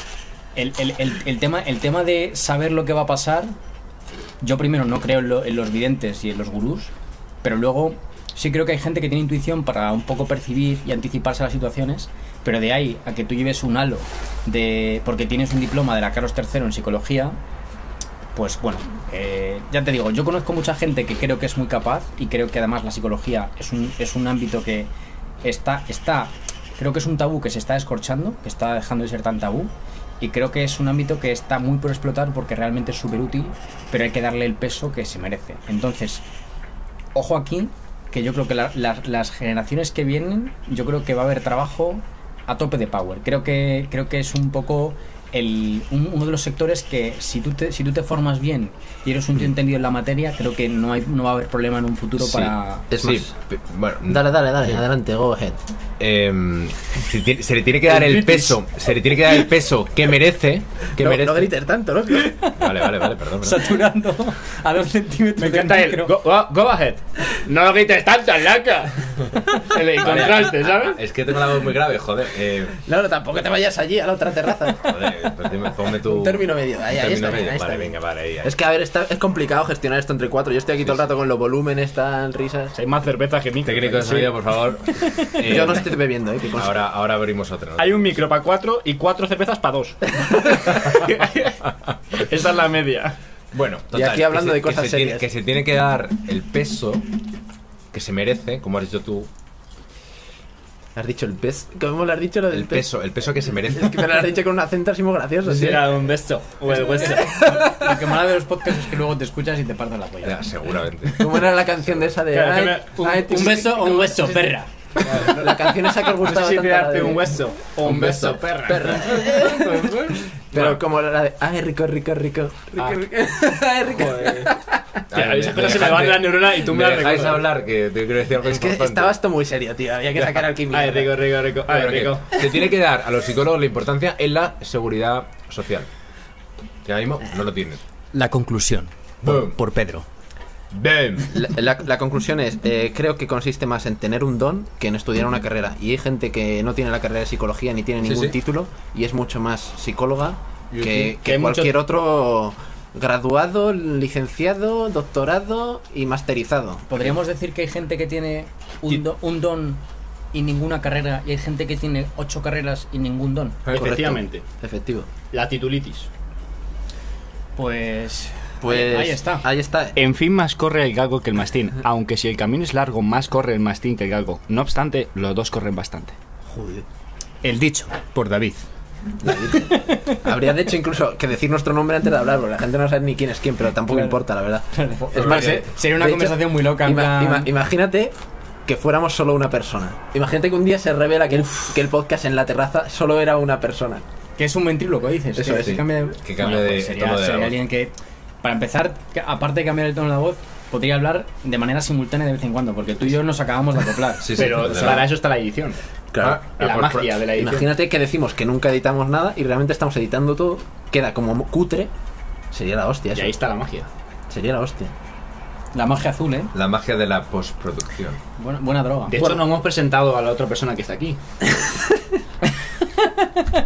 [SPEAKER 3] el, el- el- el tema, el tema de saber lo que va a pasar, yo primero no creo en, lo- en los videntes y en los gurús, pero luego sí creo que hay gente que tiene intuición para un poco percibir y anticiparse a las situaciones, pero de ahí a que tú lleves un halo de porque tienes un diploma de la Carlos III en psicología, pues bueno, eh, ya te digo, yo conozco mucha gente que creo que es muy capaz y creo que además la psicología es un, es un ámbito que está, está, creo que es un tabú que se está descorchando, que está dejando de ser tan tabú. Y creo que es un ámbito que está muy por explotar porque realmente es súper útil, pero hay que darle el peso que se merece. Entonces, ojo aquí, que yo creo que la- las- las generaciones que vienen, yo creo que va a haber trabajo a tope de power. Creo que, creo que es un poco el, un- uno de los sectores que si tú, te, si tú te formas bien y eres un tío entendido en la materia, creo que no, hay, no va a haber problema en un futuro
[SPEAKER 4] Sí.
[SPEAKER 3] para...
[SPEAKER 2] es
[SPEAKER 4] Sí,
[SPEAKER 2] más-
[SPEAKER 4] pe- bueno,
[SPEAKER 2] dale, dale, dale, adelante, go ahead.
[SPEAKER 4] em, se, tiene- se le tiene que dar
[SPEAKER 3] El
[SPEAKER 4] el
[SPEAKER 3] British.
[SPEAKER 4] peso, se le tiene que dar el peso que merece, que
[SPEAKER 2] no,
[SPEAKER 4] merece.
[SPEAKER 2] no grites tanto, ¿no?
[SPEAKER 4] Vale, vale, vale, perdón. perdón.
[SPEAKER 3] Saturando a dos centímetros
[SPEAKER 1] Me encanta
[SPEAKER 3] del
[SPEAKER 1] el
[SPEAKER 3] micro.
[SPEAKER 1] go, go- go ahead. No lo grites tanto, laca. El contraste, ¿sabes?
[SPEAKER 4] ah, Es que tengo la voz muy grave, joder. eh,
[SPEAKER 2] No, no, tampoco te vayas allí a la otra terraza.
[SPEAKER 4] joder, pues dime, ponme tu.
[SPEAKER 2] Un término medio, ahí,
[SPEAKER 4] un
[SPEAKER 2] ahí
[SPEAKER 4] término
[SPEAKER 2] está bien,
[SPEAKER 4] medio.
[SPEAKER 2] ahí está
[SPEAKER 4] Vale,
[SPEAKER 2] bien.
[SPEAKER 4] venga, vale, ahí, ahí.
[SPEAKER 2] Es que, a ver, está, es complicado gestionar esto entre cuatro. Yo estoy aquí todo el rato con los volúmenes, tal, risas.
[SPEAKER 1] Si hay más cerveza que micro.
[SPEAKER 4] Técnico de
[SPEAKER 1] Sí.
[SPEAKER 4] sonido, por favor. Eh,
[SPEAKER 2] Yo no estoy bebiendo, ¿eh? que conste.
[SPEAKER 4] Ahora, ahora abrimos otro. ¿no?
[SPEAKER 1] Hay un micro para cuatro y cuatro cervezas para dos. Esa es la media.
[SPEAKER 4] Bueno, total,
[SPEAKER 2] aquí hablando
[SPEAKER 4] que
[SPEAKER 2] de
[SPEAKER 4] se-
[SPEAKER 2] cosas
[SPEAKER 4] que se, tiene,
[SPEAKER 2] serias.
[SPEAKER 4] que se tiene que dar el peso que se merece, como has dicho tú,
[SPEAKER 2] Has dicho el pez. ¿Cómo le has dicho lo del
[SPEAKER 4] el peso, el peso que se merece.
[SPEAKER 2] Es que me lo has dicho con un acento así muy gracioso, sí.
[SPEAKER 1] Era Pues un beso. O el beso.
[SPEAKER 3] Lo que mola de los podcasts es que luego te escuchas y te partes la polla.
[SPEAKER 4] Ya, seguramente.
[SPEAKER 2] Como era la canción de esa de.
[SPEAKER 1] Claro, que
[SPEAKER 2] "Ay,
[SPEAKER 1] me-
[SPEAKER 2] ay,
[SPEAKER 1] un-
[SPEAKER 2] tú-
[SPEAKER 3] Un beso o un hueso, perra.
[SPEAKER 2] La canción esa que os
[SPEAKER 1] No sé
[SPEAKER 2] gustaba
[SPEAKER 1] si
[SPEAKER 2] tanto,
[SPEAKER 1] te
[SPEAKER 2] la
[SPEAKER 1] darte
[SPEAKER 2] de-
[SPEAKER 1] un hueso o un, beso, perra. Pues,
[SPEAKER 2] Pero como la de. Ay, rico, rico, rico. Rico, rico. Ay, rico.
[SPEAKER 1] Que a veces
[SPEAKER 4] me- me
[SPEAKER 1] se me van
[SPEAKER 4] dejáis-
[SPEAKER 1] la neurona y tú me,
[SPEAKER 4] me
[SPEAKER 1] la
[SPEAKER 4] dejáis
[SPEAKER 1] recuerdas.
[SPEAKER 4] hablar que te quiero decir algo
[SPEAKER 2] Es que
[SPEAKER 4] importante.
[SPEAKER 2] estaba esto muy serio, tío. Había que sacar aquí
[SPEAKER 1] Ay,
[SPEAKER 2] mierda.
[SPEAKER 1] rico, rico, rico. Ay,
[SPEAKER 4] Pero que
[SPEAKER 1] rico.
[SPEAKER 4] se tiene que dar a los psicólogos la importancia en la seguridad social. Que ahora mismo no lo tienen.
[SPEAKER 3] La conclusión.
[SPEAKER 4] Boom.
[SPEAKER 3] Pedro.
[SPEAKER 4] Bien.
[SPEAKER 2] La, la- la conclusión es, eh, creo que consiste más en tener un don que en estudiar una carrera. Y hay gente que no tiene la carrera de psicología ni tiene
[SPEAKER 4] Sí,
[SPEAKER 2] ningún
[SPEAKER 4] sí.
[SPEAKER 2] título y es mucho más psicóloga que,
[SPEAKER 4] Yo sí.
[SPEAKER 2] que
[SPEAKER 1] Que hay
[SPEAKER 2] cualquier otro graduado, licenciado, doctorado y masterizado.
[SPEAKER 3] Podríamos decir que hay gente que tiene un, do- un don y ninguna carrera, y hay gente que tiene ocho carreras y ningún don.
[SPEAKER 2] Correcto.
[SPEAKER 1] Efectivamente.
[SPEAKER 2] Efectivo.
[SPEAKER 1] La titulitis.
[SPEAKER 3] Pues.
[SPEAKER 2] Pues
[SPEAKER 3] Ahí está. Eh,
[SPEAKER 2] Ahí está.
[SPEAKER 1] En fin, más corre el galgo que el mastín. Aunque si el camino es largo, más corre el mastín que el galgo. No obstante, los dos corren bastante.
[SPEAKER 2] Joder.
[SPEAKER 1] El dicho, por David.
[SPEAKER 2] Habría de hecho incluso que decir nuestro nombre antes de hablar, porque la gente no sabe ni quién es quién, pero tampoco
[SPEAKER 3] Claro.
[SPEAKER 2] importa, la verdad. Es
[SPEAKER 4] más, eh,
[SPEAKER 3] sería una
[SPEAKER 2] de
[SPEAKER 3] conversación muy loca, en
[SPEAKER 2] ima-
[SPEAKER 3] plan-
[SPEAKER 2] ima- imagínate que fuéramos solo una persona. Imagínate que un día se revela que el, que el podcast en la terraza solo era una persona.
[SPEAKER 3] Que es un ventríloco, dices.
[SPEAKER 2] Eso
[SPEAKER 3] que,
[SPEAKER 2] es,
[SPEAKER 3] que
[SPEAKER 2] sí.
[SPEAKER 3] cambia de,
[SPEAKER 4] Que cambie de
[SPEAKER 1] pues
[SPEAKER 3] sería,
[SPEAKER 4] tono de la
[SPEAKER 3] sería
[SPEAKER 4] voz.
[SPEAKER 3] alguien que, para empezar, que aparte de cambiar el tono de la voz, podría hablar de manera simultánea de vez en cuando, porque tú y yo nos acabamos de acoplar.
[SPEAKER 4] Sí, sí,
[SPEAKER 1] Pero
[SPEAKER 4] de verdad.
[SPEAKER 1] para eso está la edición.
[SPEAKER 4] Ah,
[SPEAKER 1] La
[SPEAKER 4] por- por-
[SPEAKER 1] magia de la edición.
[SPEAKER 2] Imagínate que decimos que nunca editamos nada y realmente estamos editando todo, queda como cutre. Sería la hostia,
[SPEAKER 1] Y
[SPEAKER 2] eso.
[SPEAKER 1] ahí está la magia.
[SPEAKER 2] Sería la hostia.
[SPEAKER 3] La magia azul, ¿eh?
[SPEAKER 4] La magia de la postproducción.
[SPEAKER 3] Buena, buena droga.
[SPEAKER 1] De hecho, no hemos presentado a la otra persona que está aquí.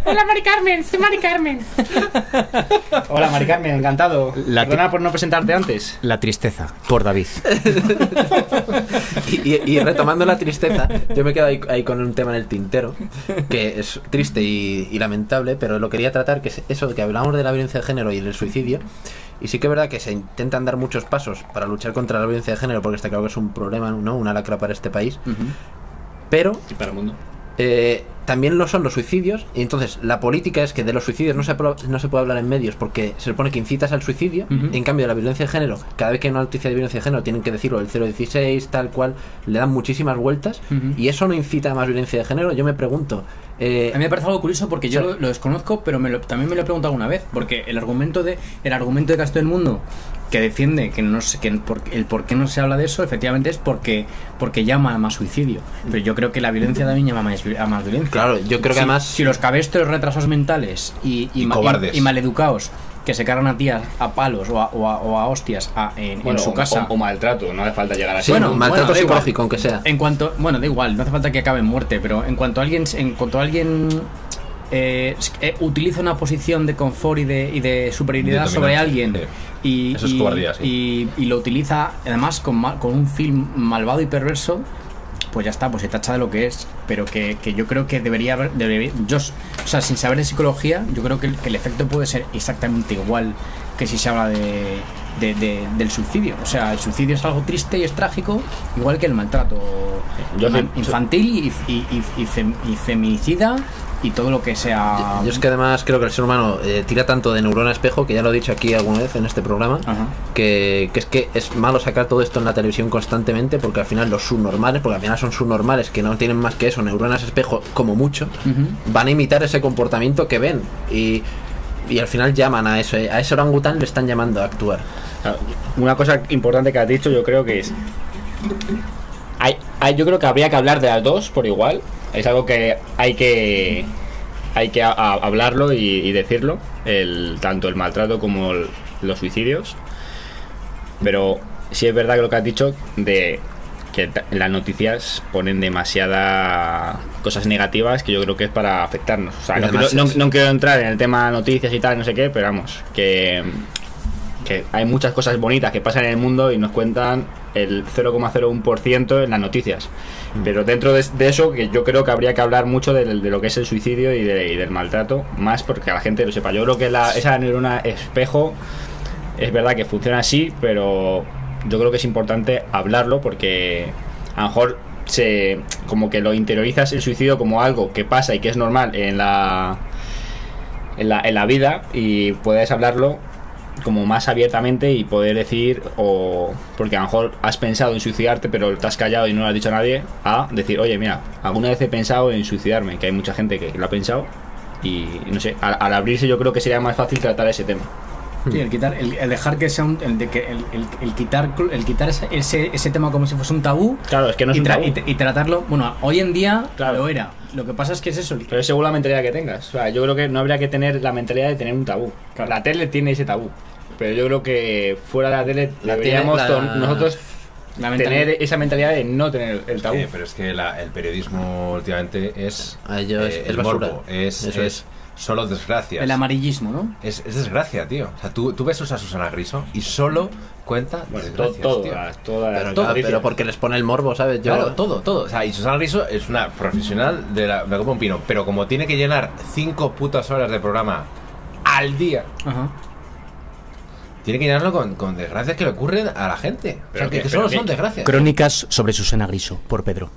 [SPEAKER 5] Hola, Mari Carmen, soy Mari Carmen.
[SPEAKER 1] Hola, Mari Carmen, encantado.
[SPEAKER 6] La
[SPEAKER 1] Perdona
[SPEAKER 6] ti-
[SPEAKER 1] por no presentarte antes.
[SPEAKER 6] La tristeza por David.
[SPEAKER 2] Y, y- y retomando la tristeza, yo me quedo ahí, ahí con un tema en el tintero, que es triste y, y lamentable, pero lo quería tratar, que es eso de que hablamos de la violencia de género y el suicidio. Y sí que es verdad que se intentan dar muchos pasos para luchar contra la violencia de género, porque está claro que es un problema, ¿no? Una lacra para este país. Pero
[SPEAKER 1] Y para el mundo.
[SPEAKER 2] eh, también lo son los suicidios, y entonces la política es que de los suicidios no se, apro- no se puede hablar en medios porque se supone que incitas al suicidio, en cambio de la violencia de género, cada vez que hay una noticia de violencia de género tienen que decirlo el 016, tal cual, le dan muchísimas vueltas, y eso no incita a más violencia de género, yo me pregunto, eh,
[SPEAKER 3] A mí me parece algo curioso porque yo lo, lo desconozco, pero me lo- también me lo he preguntado alguna vez, porque el argumento de el argumento de casi todo el mundo que defiende que no sé que el por, el por qué no se habla de eso, efectivamente es porque porque llama a más suicidio. Pero yo creo que la violencia también llama a más, vi- a más violencia.
[SPEAKER 2] claro, yo creo que
[SPEAKER 3] si,
[SPEAKER 2] además...
[SPEAKER 3] si los cabestros retrasados mentales y, y,
[SPEAKER 4] Y
[SPEAKER 3] ma-
[SPEAKER 4] cobardes.
[SPEAKER 3] y- y maleducados que se cargan a tías a palos o a, o a- o a hostias a- en, en
[SPEAKER 1] Bueno,
[SPEAKER 3] su
[SPEAKER 1] o-
[SPEAKER 3] casa.
[SPEAKER 1] O, o maltrato, no hace falta llegar a
[SPEAKER 2] sí,
[SPEAKER 1] eso.
[SPEAKER 3] bueno,
[SPEAKER 2] maltrato
[SPEAKER 3] bueno, da igual.
[SPEAKER 2] psicológico, aunque sea.
[SPEAKER 3] En cuanto, bueno, da igual, no hace falta que acabe en muerte, pero en cuanto alguien, en cuanto alguien eh, s- eh, utiliza una posición de confort y de, y de superioridad
[SPEAKER 4] De
[SPEAKER 3] sobre alguien
[SPEAKER 4] dominancia,
[SPEAKER 3] y,
[SPEAKER 4] Eso es
[SPEAKER 3] y-
[SPEAKER 4] cobardía, sí.
[SPEAKER 3] y- y lo utiliza además con, ma- con un film malvado y perverso, pues ya está, pues se tacha de lo que es, pero que, que yo creo que debería haber, debería- yo, s- o sea, sin saber de psicología, yo creo que el, que el efecto puede ser exactamente igual que si se habla de, de- de- del suicidio. O sea, el suicidio es algo triste y es trágico, igual que el maltrato
[SPEAKER 1] Yo
[SPEAKER 3] ma-
[SPEAKER 1] sí-
[SPEAKER 3] infantil y, y- y- y fem- y feminicida y ah, todo lo que sea...
[SPEAKER 2] Yo es que además creo que el ser humano eh, tira tanto de neurona espejo, que ya lo he dicho aquí alguna vez en este programa,
[SPEAKER 3] Ajá.
[SPEAKER 2] que, que es que es malo sacar todo esto en la televisión constantemente porque al final los subnormales, porque al final son subnormales que no tienen más que eso, neuronas espejo como mucho, van a imitar ese comportamiento que ven y, y al final llaman a ese, a ese orangután le están llamando a actuar.
[SPEAKER 1] Ah, Una cosa importante que has dicho, yo creo que es. Hay, hay- yo creo que habría que hablar de las dos por igual. Es algo que hay que. Hay que a- a- hablarlo y, y decirlo. El, tanto el maltrato como el- los suicidios. Pero sí es verdad que lo que has dicho de que ta- las noticias ponen demasiadas cosas negativas que yo creo que es para afectarnos. O sea,
[SPEAKER 2] Y
[SPEAKER 1] no,
[SPEAKER 2] además
[SPEAKER 1] quiero- no-
[SPEAKER 2] es-
[SPEAKER 1] no quiero entrar en el tema noticias y tal, no sé qué, pero vamos, que que hay muchas cosas bonitas que pasan en el mundo y nos cuentan el 0,01% en las noticias. Pero dentro de, de eso, que yo creo que habría que hablar mucho del- de, lo que es el suicidio y, de- y del maltrato, más porque la gente lo sepa. Yo creo que la- esa neurona espejo es verdad que funciona así, pero yo creo que es importante hablarlo porque a lo mejor se, como que lo interiorizas el suicidio como algo que pasa y que es normal en la, en la, en la vida y puedes hablarlo como más abiertamente y poder decir o porque a lo mejor has pensado en suicidarte pero te has callado y no lo has dicho a nadie a decir oye mira alguna vez he pensado en suicidarme que hay mucha gente que lo ha pensado y no sé al, al abrirse yo creo que sería más fácil tratar ese tema
[SPEAKER 3] Sí, el quitar, el, el dejar que sea un, el, de que- el- el- el quitar, cl- el quitar ese, ese, ese tema como si fuese un tabú,
[SPEAKER 1] claro es que no es
[SPEAKER 3] y,
[SPEAKER 1] un
[SPEAKER 3] tra-
[SPEAKER 1] tabú,
[SPEAKER 3] y tra- y tratarlo, bueno, hoy en día
[SPEAKER 1] Claro.
[SPEAKER 3] lo era. Lo que pasa es que es eso. el-
[SPEAKER 1] pero es según la mentalidad que tengas o sea yo creo que no habría que tener la mentalidad de tener un tabú
[SPEAKER 3] Claro.
[SPEAKER 1] la tele tiene ese tabú pero yo creo que fuera de la tele
[SPEAKER 2] La tele,
[SPEAKER 1] deberíamos
[SPEAKER 2] la-
[SPEAKER 1] to- nosotros
[SPEAKER 3] la mentalidad-
[SPEAKER 1] tener esa mentalidad de no tener el tabú
[SPEAKER 4] Eh, pero es que la- el periodismo últimamente es. eh,
[SPEAKER 2] A ello Ah, es- es
[SPEAKER 4] el
[SPEAKER 2] basura.
[SPEAKER 4] morbo, es,
[SPEAKER 2] Eso
[SPEAKER 4] es
[SPEAKER 2] es.
[SPEAKER 4] solo desgracias.
[SPEAKER 3] el amarillismo, ¿no?
[SPEAKER 4] Es, es desgracia, tío. O sea, tú, tú ves a Susana Griso y solo cuenta
[SPEAKER 1] Bueno, to-
[SPEAKER 4] desgracias,
[SPEAKER 1] todo, ah,
[SPEAKER 4] tío.
[SPEAKER 1] las- todas las
[SPEAKER 2] Pero, claro,
[SPEAKER 1] noticias.
[SPEAKER 2] pero porque les pone el morbo, ¿sabes? Yo,
[SPEAKER 4] Claro, todo, todo. O sea, y Susana Griso es una profesional de la, de la Copa Un Pino, pero como tiene que llenar cinco putas horas de programa al día,
[SPEAKER 3] Ajá.
[SPEAKER 4] tiene que llenarlo con, con desgracias que le ocurren a la gente. O
[SPEAKER 1] Pero
[SPEAKER 4] sea, que,
[SPEAKER 1] que-
[SPEAKER 4] que solo
[SPEAKER 1] pero
[SPEAKER 4] son
[SPEAKER 1] que-
[SPEAKER 4] desgracias.
[SPEAKER 6] Crónicas sobre Susana Griso por Pedro.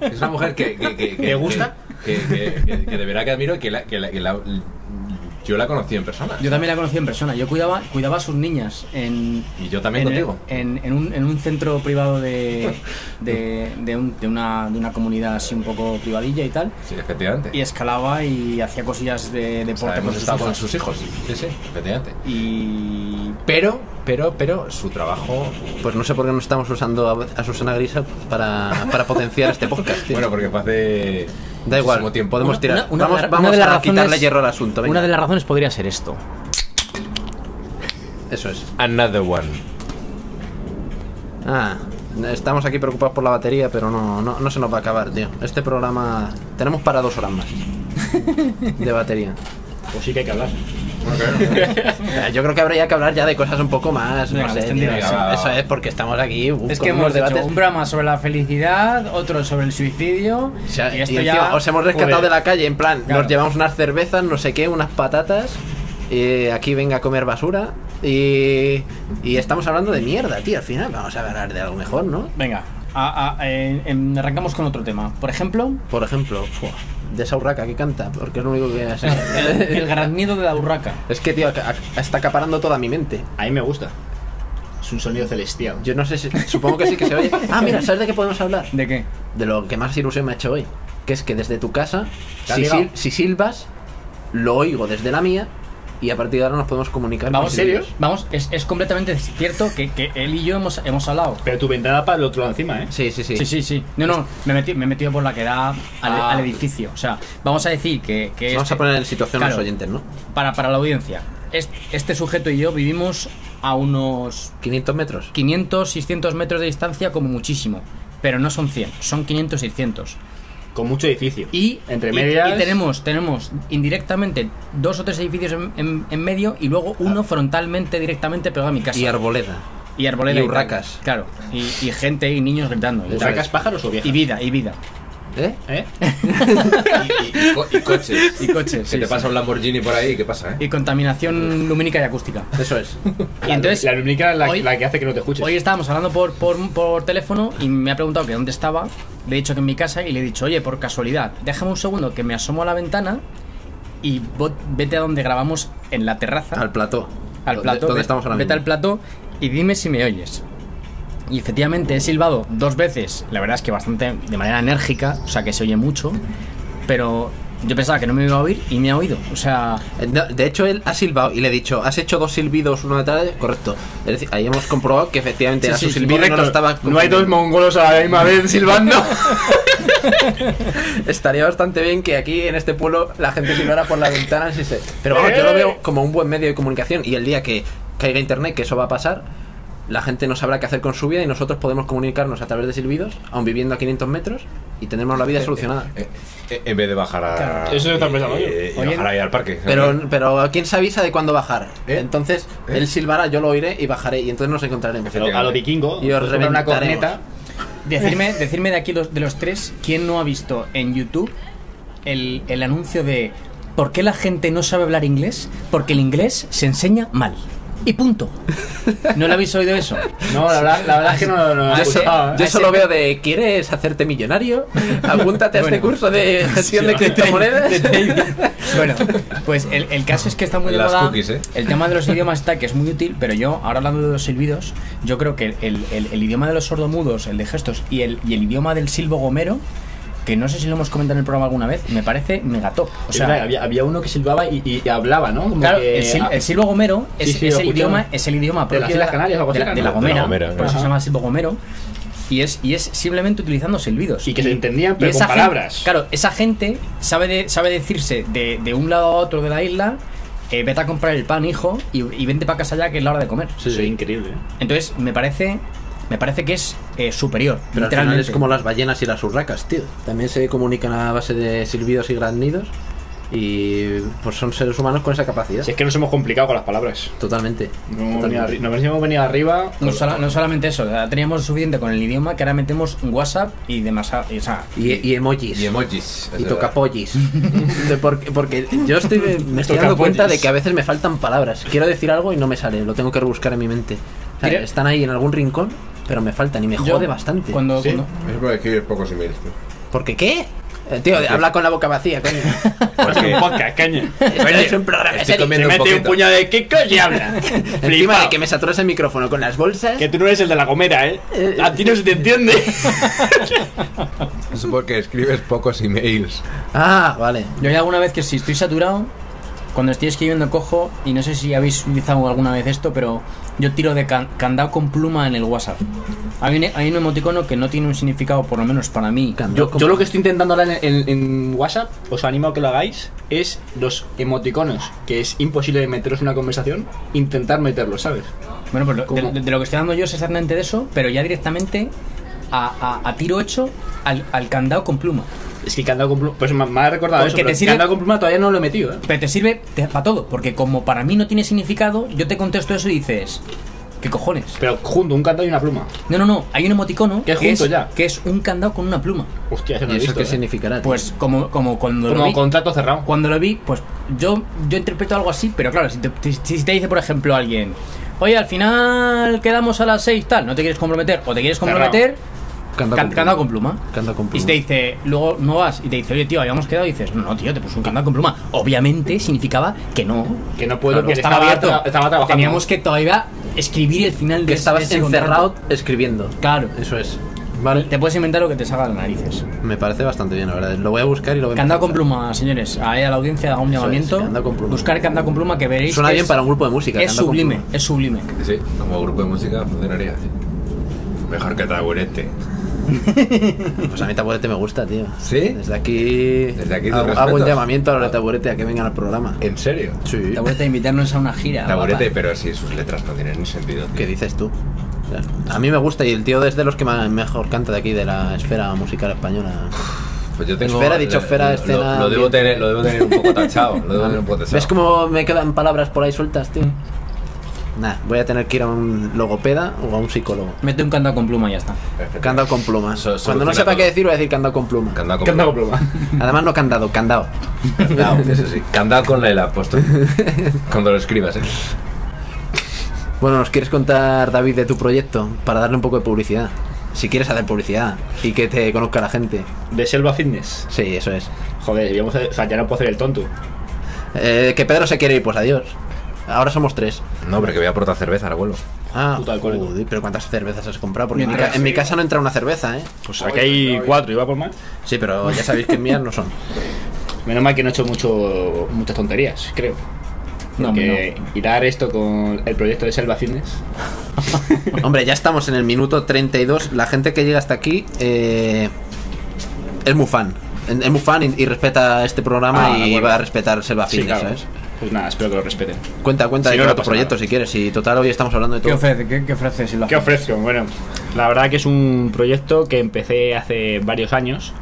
[SPEAKER 4] Es una mujer que, que, que- que-
[SPEAKER 1] ¿Te gusta?
[SPEAKER 4] Que, que- que- que de verdad que admiro y que, la- que la- que la- yo la conocí en persona.
[SPEAKER 3] Yo también la conocí en persona. Yo cuidaba, cuidaba a sus niñas en.
[SPEAKER 4] Y yo también
[SPEAKER 3] en,
[SPEAKER 4] contigo.
[SPEAKER 3] en- en un, en un centro privado de, de, de un- de una, de una comunidad así un poco privadilla y tal.
[SPEAKER 4] Sí, efectivamente.
[SPEAKER 3] Y escalaba y hacía cosillas de
[SPEAKER 4] O sea,
[SPEAKER 3] deporte con
[SPEAKER 4] hemos
[SPEAKER 3] sus
[SPEAKER 4] estado con
[SPEAKER 3] hijas.
[SPEAKER 4] sus hijos. Sí, sí, efectivamente.
[SPEAKER 3] Y
[SPEAKER 4] Pero, pero, pero, su trabajo.
[SPEAKER 2] Pues no sé por qué no estamos usando a, a Susana Grisa para, para potenciar este podcast. tío.
[SPEAKER 4] Bueno, porque fue hace.
[SPEAKER 2] Da igual,
[SPEAKER 4] muchísimo tiempo.
[SPEAKER 2] podemos
[SPEAKER 3] Una-
[SPEAKER 2] tirar.
[SPEAKER 3] una- una
[SPEAKER 2] vamos
[SPEAKER 3] de la-
[SPEAKER 2] vamos
[SPEAKER 3] una de las
[SPEAKER 2] a
[SPEAKER 3] razones-
[SPEAKER 2] quitarle hierro al asunto. venga.
[SPEAKER 3] una de las razones podría ser esto.
[SPEAKER 2] Eso es.
[SPEAKER 4] Another one.
[SPEAKER 2] Ah, estamos aquí preocupados por la batería, pero no, no, no se nos va a acabar, tío. Este programa tenemos para dos horas más. de batería.
[SPEAKER 1] Pues sí que hay que hablar.
[SPEAKER 2] Eh, Yo creo que habría que hablar ya de cosas un poco más,
[SPEAKER 3] Venga,
[SPEAKER 2] no
[SPEAKER 3] este
[SPEAKER 2] sé,
[SPEAKER 3] extendidas.
[SPEAKER 2] tío,
[SPEAKER 4] Venga, va,
[SPEAKER 2] eso
[SPEAKER 4] va.
[SPEAKER 2] es porque estamos aquí uf,
[SPEAKER 3] Es
[SPEAKER 2] con
[SPEAKER 3] que hemos
[SPEAKER 2] unos
[SPEAKER 3] hecho
[SPEAKER 2] debates.
[SPEAKER 3] un drama sobre la felicidad, otro sobre el suicidio.
[SPEAKER 2] O sea,
[SPEAKER 3] y esto
[SPEAKER 2] y encima
[SPEAKER 3] ya. Pues,
[SPEAKER 2] os hemos rescatado
[SPEAKER 3] joder.
[SPEAKER 2] de la calle, en plan,
[SPEAKER 3] Claro.
[SPEAKER 2] nos llevamos unas cervezas, no sé qué, unas patatas, eh, aquí venga a comer basura y, y estamos hablando de mierda, tío, al final vamos a hablar de algo mejor, ¿no?
[SPEAKER 3] Venga, a- a- eh, em, arrancamos con otro tema. Por ejemplo,
[SPEAKER 2] Por ejemplo, fua, de esa urraca que canta, porque es lo único que
[SPEAKER 3] el, el
[SPEAKER 2] sé.
[SPEAKER 3] graznido de la urraca.
[SPEAKER 2] es que, tío, aca- está acaparando toda mi mente.
[SPEAKER 1] A mí me gusta. Es un sonido celestial.
[SPEAKER 2] Yo no sé si, supongo que sí que se oye. Ah, mira, ¿sabes de qué podemos hablar?
[SPEAKER 3] ¿De qué?
[SPEAKER 2] de lo que más ilusión me ha hecho hoy, que es que desde tu casa,
[SPEAKER 1] ¿Te has
[SPEAKER 2] si,
[SPEAKER 1] ligado?
[SPEAKER 2] sil- si silbas, lo oigo desde la mía y a partir de ahora nos podemos comunicar.
[SPEAKER 3] Vamos,
[SPEAKER 2] con silbidos.
[SPEAKER 3] Vamos, es, es completamente cierto que, que él y yo hemos, hemos hablado.
[SPEAKER 1] Pero tu ventana para el otro lado encima, ¿eh?
[SPEAKER 2] Sí, sí, sí.
[SPEAKER 3] Sí, sí, sí. No, no, me he metido, me he metido por la que da al,
[SPEAKER 4] Ah.
[SPEAKER 3] al edificio. O sea, vamos a decir que. que
[SPEAKER 2] Vamos
[SPEAKER 3] este-
[SPEAKER 2] a poner en situación a los
[SPEAKER 3] Claro.
[SPEAKER 2] oyentes, ¿no?
[SPEAKER 3] para, para la audiencia. Este, este sujeto y yo vivimos a unos
[SPEAKER 2] 500 metros.
[SPEAKER 3] 500, 600 metros de distancia, como muchísimo. Pero no son 100, son 500, 600.
[SPEAKER 1] Con mucho edificio.
[SPEAKER 3] Y
[SPEAKER 1] entre
[SPEAKER 3] y-
[SPEAKER 1] medias.
[SPEAKER 3] y tenemos, tenemos indirectamente dos o tres edificios en, en- en medio y luego uno frontalmente, directamente pegado a mi casa.
[SPEAKER 2] Y arboleda.
[SPEAKER 3] Y arboleda
[SPEAKER 2] y
[SPEAKER 3] y tal.
[SPEAKER 2] urracas.
[SPEAKER 3] Claro. Y, y gente y niños gritando. Y,
[SPEAKER 1] ¿Sacas pájaros o viejas?
[SPEAKER 3] y vida, y vida.
[SPEAKER 2] ¿Eh?
[SPEAKER 1] ¿Eh?
[SPEAKER 4] Y, y- y co- y coches.
[SPEAKER 3] Y coches.
[SPEAKER 4] Que
[SPEAKER 3] sí,
[SPEAKER 4] te
[SPEAKER 3] sí.
[SPEAKER 4] pasa un Lamborghini por ahí, ¿qué pasa? eh?
[SPEAKER 3] Y contaminación lumínica y acústica.
[SPEAKER 2] Eso es.
[SPEAKER 3] Y entonces,
[SPEAKER 1] la lumínica es la,
[SPEAKER 3] hoy-
[SPEAKER 1] la que hace que no te escuches.
[SPEAKER 3] Hoy estábamos hablando por, por, por teléfono y me ha preguntado que dónde estaba. Le he dicho que en mi casa y le he dicho, oye, por casualidad, déjame un segundo que me asomo a la ventana y vo- vete a donde grabamos en la terraza,
[SPEAKER 2] Al plató.
[SPEAKER 3] al
[SPEAKER 2] Donde-
[SPEAKER 3] plato.
[SPEAKER 2] Donde
[SPEAKER 3] ve-
[SPEAKER 2] estamos ahora
[SPEAKER 3] Vete
[SPEAKER 2] mismo.
[SPEAKER 3] al plato y dime si me oyes. Y efectivamente he silbado dos veces, la verdad es que bastante de manera enérgica, o sea que se oye mucho, pero yo pensaba que no me iba a oír y me ha oído. O sea,
[SPEAKER 2] Eh, no, de hecho, él ha silbado y le he dicho, has hecho dos silbidos uno detrás de Correcto. Es decir, ahí hemos comprobado que efectivamente
[SPEAKER 3] Sí,
[SPEAKER 2] era
[SPEAKER 3] sí,
[SPEAKER 2] su
[SPEAKER 3] sí,
[SPEAKER 2] silbido y no lo estaba confundiendo.
[SPEAKER 1] mongolos a la misma vez silbando.
[SPEAKER 2] Estaría bastante bien que aquí en este pueblo la gente silbara por la ventana. sí, sí. Pero vamos, yo lo veo como un buen medio de comunicación. Y el día que caiga internet, que eso va a pasar, la gente no sabrá qué hacer con su vida y nosotros podemos comunicarnos a través de silbidos, aun viviendo a 500 metros, y tendremos la vida solucionada.
[SPEAKER 4] Eh, eh, en vez de bajar a.
[SPEAKER 3] Claro.
[SPEAKER 1] Eso es otra empresa, ¿no?
[SPEAKER 4] eh, y
[SPEAKER 3] Oye,
[SPEAKER 4] bajar ahí al parque.
[SPEAKER 2] Pero, pero ¿quién se avisa de cuándo bajar?
[SPEAKER 4] ¿Eh?
[SPEAKER 2] Entonces,
[SPEAKER 4] ¿Eh?
[SPEAKER 2] él silbará, yo lo oiré y bajaré, y entonces nos encontraremos.
[SPEAKER 4] Efectivamente.
[SPEAKER 1] a lo vikingo.
[SPEAKER 2] Y os
[SPEAKER 1] comprar una
[SPEAKER 2] reventaremos.
[SPEAKER 1] corneta.
[SPEAKER 3] Decirme, decirme de aquí los, de los tres, ¿quién no ha visto en YouTube el, el anuncio de ¿Por qué la gente no sabe hablar inglés? Porque el inglés se enseña mal. Y punto. ¿No le habéis oído eso?
[SPEAKER 1] No, la verdad, la verdad es que no lo no, lo he
[SPEAKER 2] Yo, so-
[SPEAKER 1] escuchado, ¿eh?
[SPEAKER 2] yo solo veo de ¿quieres hacerte millonario? Apúntate a este
[SPEAKER 3] Bueno.
[SPEAKER 2] curso de gestión de criptomonedas.
[SPEAKER 3] Bueno, pues el, el caso es que está muy de
[SPEAKER 4] Las
[SPEAKER 3] moda.
[SPEAKER 4] cookies, ¿eh?
[SPEAKER 3] El tema de los idiomas está que es muy útil, pero yo, ahora hablando de los silbidos, yo creo que el, el- el idioma de los sordomudos, el de gestos y el, y el idioma del silbo gomero, que no sé si lo hemos comentado en el programa alguna vez, me parece megatop. O
[SPEAKER 1] O
[SPEAKER 3] sea,
[SPEAKER 1] sea, había, había uno que silbaba y, y- y hablaba, ¿no? Como
[SPEAKER 3] Claro,
[SPEAKER 1] que-
[SPEAKER 3] el, sil- el silbo gomero es,
[SPEAKER 1] eh, ah. Sí, sí,
[SPEAKER 3] es
[SPEAKER 1] lo
[SPEAKER 3] el
[SPEAKER 1] escuchaba.
[SPEAKER 3] idioma, es el idioma
[SPEAKER 1] De
[SPEAKER 3] propio
[SPEAKER 1] las Islas Canarias o algo así,
[SPEAKER 3] de la- de la
[SPEAKER 1] ¿no?
[SPEAKER 3] Gomera,
[SPEAKER 4] De la Gomera,
[SPEAKER 3] por eso se
[SPEAKER 1] ajá.
[SPEAKER 3] llama silbo gomero. Y es, y es simplemente utilizando silbidos.
[SPEAKER 1] Y que se entendían, pero
[SPEAKER 3] y
[SPEAKER 1] con
[SPEAKER 3] esa gen-
[SPEAKER 1] palabras.
[SPEAKER 3] claro, esa gente sabe, de- sabe decirse de, de un lado a otro de la isla, eh, vete a comprar el pan, hijo, y, y vente para casa ya que es la hora de comer.
[SPEAKER 1] Sí, sí, increíble. ¿eh?
[SPEAKER 3] Entonces, me parece, me parece que es eh, superior,
[SPEAKER 2] Pero al final
[SPEAKER 3] literalmente.
[SPEAKER 2] es como las ballenas y las urracas, tío. También se comunican a base de silbidos y graznidos. Y pues son seres humanos con esa capacidad.
[SPEAKER 1] Si es que nos hemos complicado con las palabras.
[SPEAKER 2] Totalmente.
[SPEAKER 1] No hemos venido
[SPEAKER 2] Totalmente.
[SPEAKER 1] arri- nos hemos venido arriba.
[SPEAKER 3] No, sola- no solamente eso, ya teníamos suficiente con el idioma que ahora metemos WhatsApp y demás. y, o sea,
[SPEAKER 2] Y, y emojis.
[SPEAKER 4] Y emojis. es
[SPEAKER 2] Y
[SPEAKER 4] verdad.
[SPEAKER 2] tocapollis. De porque, porque yo estoy, me estoy dando
[SPEAKER 1] Tocapollis.
[SPEAKER 2] cuenta de que a veces me faltan palabras. Quiero decir algo y no me sale. Lo tengo que rebuscar en mi mente. O sea,
[SPEAKER 3] Mira-
[SPEAKER 2] están ahí en algún rincón, pero me faltan y me
[SPEAKER 3] yo
[SPEAKER 2] jode bastante.
[SPEAKER 3] Cuando,
[SPEAKER 1] Sí.
[SPEAKER 3] cuando-
[SPEAKER 4] Es por escribir pocos emails. tío.
[SPEAKER 2] Porque qué? Eh, tío, habla con la boca vacía, coño.
[SPEAKER 1] Pues es un podcast, caña.
[SPEAKER 2] Esto es un programa
[SPEAKER 4] estoy
[SPEAKER 2] serio.
[SPEAKER 1] Se
[SPEAKER 4] Viendo un
[SPEAKER 1] mete un
[SPEAKER 4] poquito.
[SPEAKER 1] puñado de ¿qué coño habla?
[SPEAKER 2] Encima
[SPEAKER 1] Flipao.
[SPEAKER 2] de que me saturas el micrófono con las bolsas.
[SPEAKER 1] Que tú no eres el de la gomera, ¿eh?
[SPEAKER 2] Eh,
[SPEAKER 1] A ti no se te entiende.
[SPEAKER 4] Es porque escribes pocos emails.
[SPEAKER 2] Ah, vale.
[SPEAKER 3] Yo hay alguna vez que si estoy saturado, cuando estoy escribiendo cojo, y no sé si habéis utilizado alguna vez esto, pero yo tiro de can- candado con pluma en el WhatsApp. Hay un, hay un emoticono que no tiene un significado, por lo menos para mí.
[SPEAKER 2] Candado.
[SPEAKER 1] Yo, yo lo que estoy intentando hablar en, en- en WhatsApp, os animo a que lo hagáis, es los emoticonos, que es imposible de meteros en una conversación, intentar meterlos, ¿sabes?
[SPEAKER 3] Bueno, pues lo-
[SPEAKER 1] ¿Cómo?
[SPEAKER 3] de, de lo que estoy dando yo es exactamente de eso, pero ya directamente a, a- a tiro 8 al, al candado con pluma.
[SPEAKER 1] Es que candado con pluma. Pues me, me ha recordado
[SPEAKER 3] Porque
[SPEAKER 1] eso.
[SPEAKER 3] te
[SPEAKER 1] pero
[SPEAKER 3] sirve-
[SPEAKER 1] Candado con pluma todavía no lo he metido, ¿eh?
[SPEAKER 3] Pero te sirve te- para todo, porque como para mí no tiene significado, yo te contesto eso y dices, ¿qué cojones?
[SPEAKER 1] Pero junto, un candado y una pluma.
[SPEAKER 3] No, no, no, hay un emoticono
[SPEAKER 1] Que es junto
[SPEAKER 3] es,
[SPEAKER 1] ya.
[SPEAKER 3] que es un candado con una pluma.
[SPEAKER 1] Hostia, eso no
[SPEAKER 2] ¿Y
[SPEAKER 1] lo he
[SPEAKER 2] eso
[SPEAKER 1] visto.
[SPEAKER 2] qué
[SPEAKER 1] ¿eh?
[SPEAKER 2] significará? tío?
[SPEAKER 3] Pues como, como cuando lo
[SPEAKER 1] Como
[SPEAKER 3] vi,
[SPEAKER 1] contrato cerrado.
[SPEAKER 3] cuando lo vi, pues yo, yo interpreto algo así, pero claro, si te, si- si te dice, por ejemplo, alguien, oye, al final quedamos a las 6 tal, no te quieres comprometer, o te quieres
[SPEAKER 1] Cerrado.
[SPEAKER 3] comprometer,
[SPEAKER 2] Candado
[SPEAKER 3] can-
[SPEAKER 2] con
[SPEAKER 3] candado con
[SPEAKER 2] pluma.
[SPEAKER 3] pluma.
[SPEAKER 2] Candado con
[SPEAKER 3] Y
[SPEAKER 2] pluma.
[SPEAKER 3] si te dice, luego no vas, y te dice, oye tío, habíamos quedado, y dices, no, no, tío, te puse un candado con pluma. Obviamente significaba que no.
[SPEAKER 1] Que no puedo,
[SPEAKER 3] que
[SPEAKER 1] que
[SPEAKER 3] estaba,
[SPEAKER 1] estaba
[SPEAKER 3] abierto.
[SPEAKER 1] tra- estaba trabajando.
[SPEAKER 3] Teníamos que todavía escribir el final de
[SPEAKER 2] Que
[SPEAKER 3] ese- de
[SPEAKER 2] estabas
[SPEAKER 3] ese contrato.
[SPEAKER 2] encerrado escribiendo.
[SPEAKER 3] Claro,
[SPEAKER 2] Eso es. Vale.
[SPEAKER 3] te puedes inventar lo que te salga de las narices.
[SPEAKER 2] Me parece bastante bien, la verdad. Lo voy a buscar y lo voy a
[SPEAKER 3] Candado con
[SPEAKER 2] empezar.
[SPEAKER 3] pluma, señores. Ahí a la audiencia haga un
[SPEAKER 2] pues Eso es,
[SPEAKER 3] llamamiento.
[SPEAKER 2] candado con pluma.
[SPEAKER 3] Buscar candado con pluma que veréis.
[SPEAKER 2] Suena
[SPEAKER 3] que
[SPEAKER 2] bien
[SPEAKER 3] es-
[SPEAKER 2] para un grupo de música.
[SPEAKER 3] Es
[SPEAKER 2] candado con
[SPEAKER 3] sublime,
[SPEAKER 2] pluma.
[SPEAKER 3] es sublime.
[SPEAKER 4] Sí, como grupo de música funcionaría. sí. Mejor que taburete.
[SPEAKER 2] Pues a mí taburete me gusta, tío.
[SPEAKER 4] ¿Sí?
[SPEAKER 2] Desde aquí,
[SPEAKER 4] Desde aquí tus
[SPEAKER 2] hago, hago un
[SPEAKER 4] respetos.
[SPEAKER 2] llamamiento a los de taburete a que vengan al programa.
[SPEAKER 4] ¿En serio?
[SPEAKER 2] Sí.
[SPEAKER 3] Taburete, invitarnos a una gira.
[SPEAKER 4] Taburete,
[SPEAKER 3] guapa.
[SPEAKER 4] pero si sus letras no tienen ni sentido. tío.
[SPEAKER 2] ¿Qué dices tú? A mí me gusta y el tío es de los que ma- mejor canta de aquí, de la esfera musical española.
[SPEAKER 4] Pues yo tengo.
[SPEAKER 2] Esfera, dicho
[SPEAKER 4] lo-
[SPEAKER 2] esfera,
[SPEAKER 4] lo-
[SPEAKER 2] escena,
[SPEAKER 4] Lo, debo
[SPEAKER 2] ambiente.
[SPEAKER 4] tener, lo debo tener un poco tachado. Lo debo tener un poco tachado.
[SPEAKER 2] ¿Ves cómo me quedan palabras por ahí sueltas, tío? Nah, voy a tener que ir a un logopeda o a un psicólogo.
[SPEAKER 3] Mete un candado con pluma y ya está.
[SPEAKER 4] Perfecto.
[SPEAKER 2] Candado con pluma.
[SPEAKER 4] So- soluciona
[SPEAKER 2] Cuando no sepa
[SPEAKER 4] todo.
[SPEAKER 2] qué decir, voy a decir candado con pluma.
[SPEAKER 4] Candado con
[SPEAKER 1] Candado con pluma.
[SPEAKER 2] Además, no candado, candado.
[SPEAKER 4] Candado, eso sí. Candado con la- el apóstol. Cuando lo escribas, eh.
[SPEAKER 2] Bueno, ¿nos quieres contar, David, de tu proyecto? Para darle un poco de publicidad. Si quieres hacer publicidad y que te conozca la gente.
[SPEAKER 1] De Selva Fitness.
[SPEAKER 2] Sí, eso es.
[SPEAKER 1] Joder, debíamos hacer- o sea, ya no puedo hacer el tonto.
[SPEAKER 2] Eh, que Pedro se quiere ir, pues adiós. Ahora somos tres.
[SPEAKER 4] No, porque voy a aportar cerveza, ahora vuelvo.
[SPEAKER 2] Ah,
[SPEAKER 1] Puto alcohólico.
[SPEAKER 2] joder, pero ¿cuántas cervezas has comprado? Porque en mi,
[SPEAKER 3] Mientras-
[SPEAKER 2] ca- en mi casa no entra una cerveza, ¿eh?
[SPEAKER 1] Pues aquí hay cuatro, iba por más.
[SPEAKER 2] Sí, pero ya sabéis que mías no son.
[SPEAKER 1] Menos mal que no he hecho mucho, muchas tonterías, creo.
[SPEAKER 3] No,
[SPEAKER 1] Porque hilar esto con el proyecto de Selva Fitness.
[SPEAKER 2] Hombre, ya estamos en el minuto 32. La gente que llega hasta aquí eh, es muy fan. Es muy fan y, y respeta este programa
[SPEAKER 1] Ah, de
[SPEAKER 2] y
[SPEAKER 1] acuerdo.
[SPEAKER 2] va a respetar Selva
[SPEAKER 1] Sí,
[SPEAKER 2] Fitness,
[SPEAKER 1] claro.
[SPEAKER 2] ¿sabes?
[SPEAKER 1] Pues nada, espero que lo respeten.
[SPEAKER 2] Cuenta, cuenta
[SPEAKER 1] Si
[SPEAKER 2] de
[SPEAKER 1] no,
[SPEAKER 2] todo
[SPEAKER 1] no
[SPEAKER 2] tu
[SPEAKER 1] pasa
[SPEAKER 2] proyecto
[SPEAKER 1] nada.
[SPEAKER 2] si quieres. Y total, hoy estamos hablando de
[SPEAKER 3] ¿Qué
[SPEAKER 2] todo.
[SPEAKER 3] ofrece? ¿Qué, qué ofrece Silva?
[SPEAKER 1] ¿Qué ofrezco? Bueno, la verdad que es un proyecto que empecé hace varios años.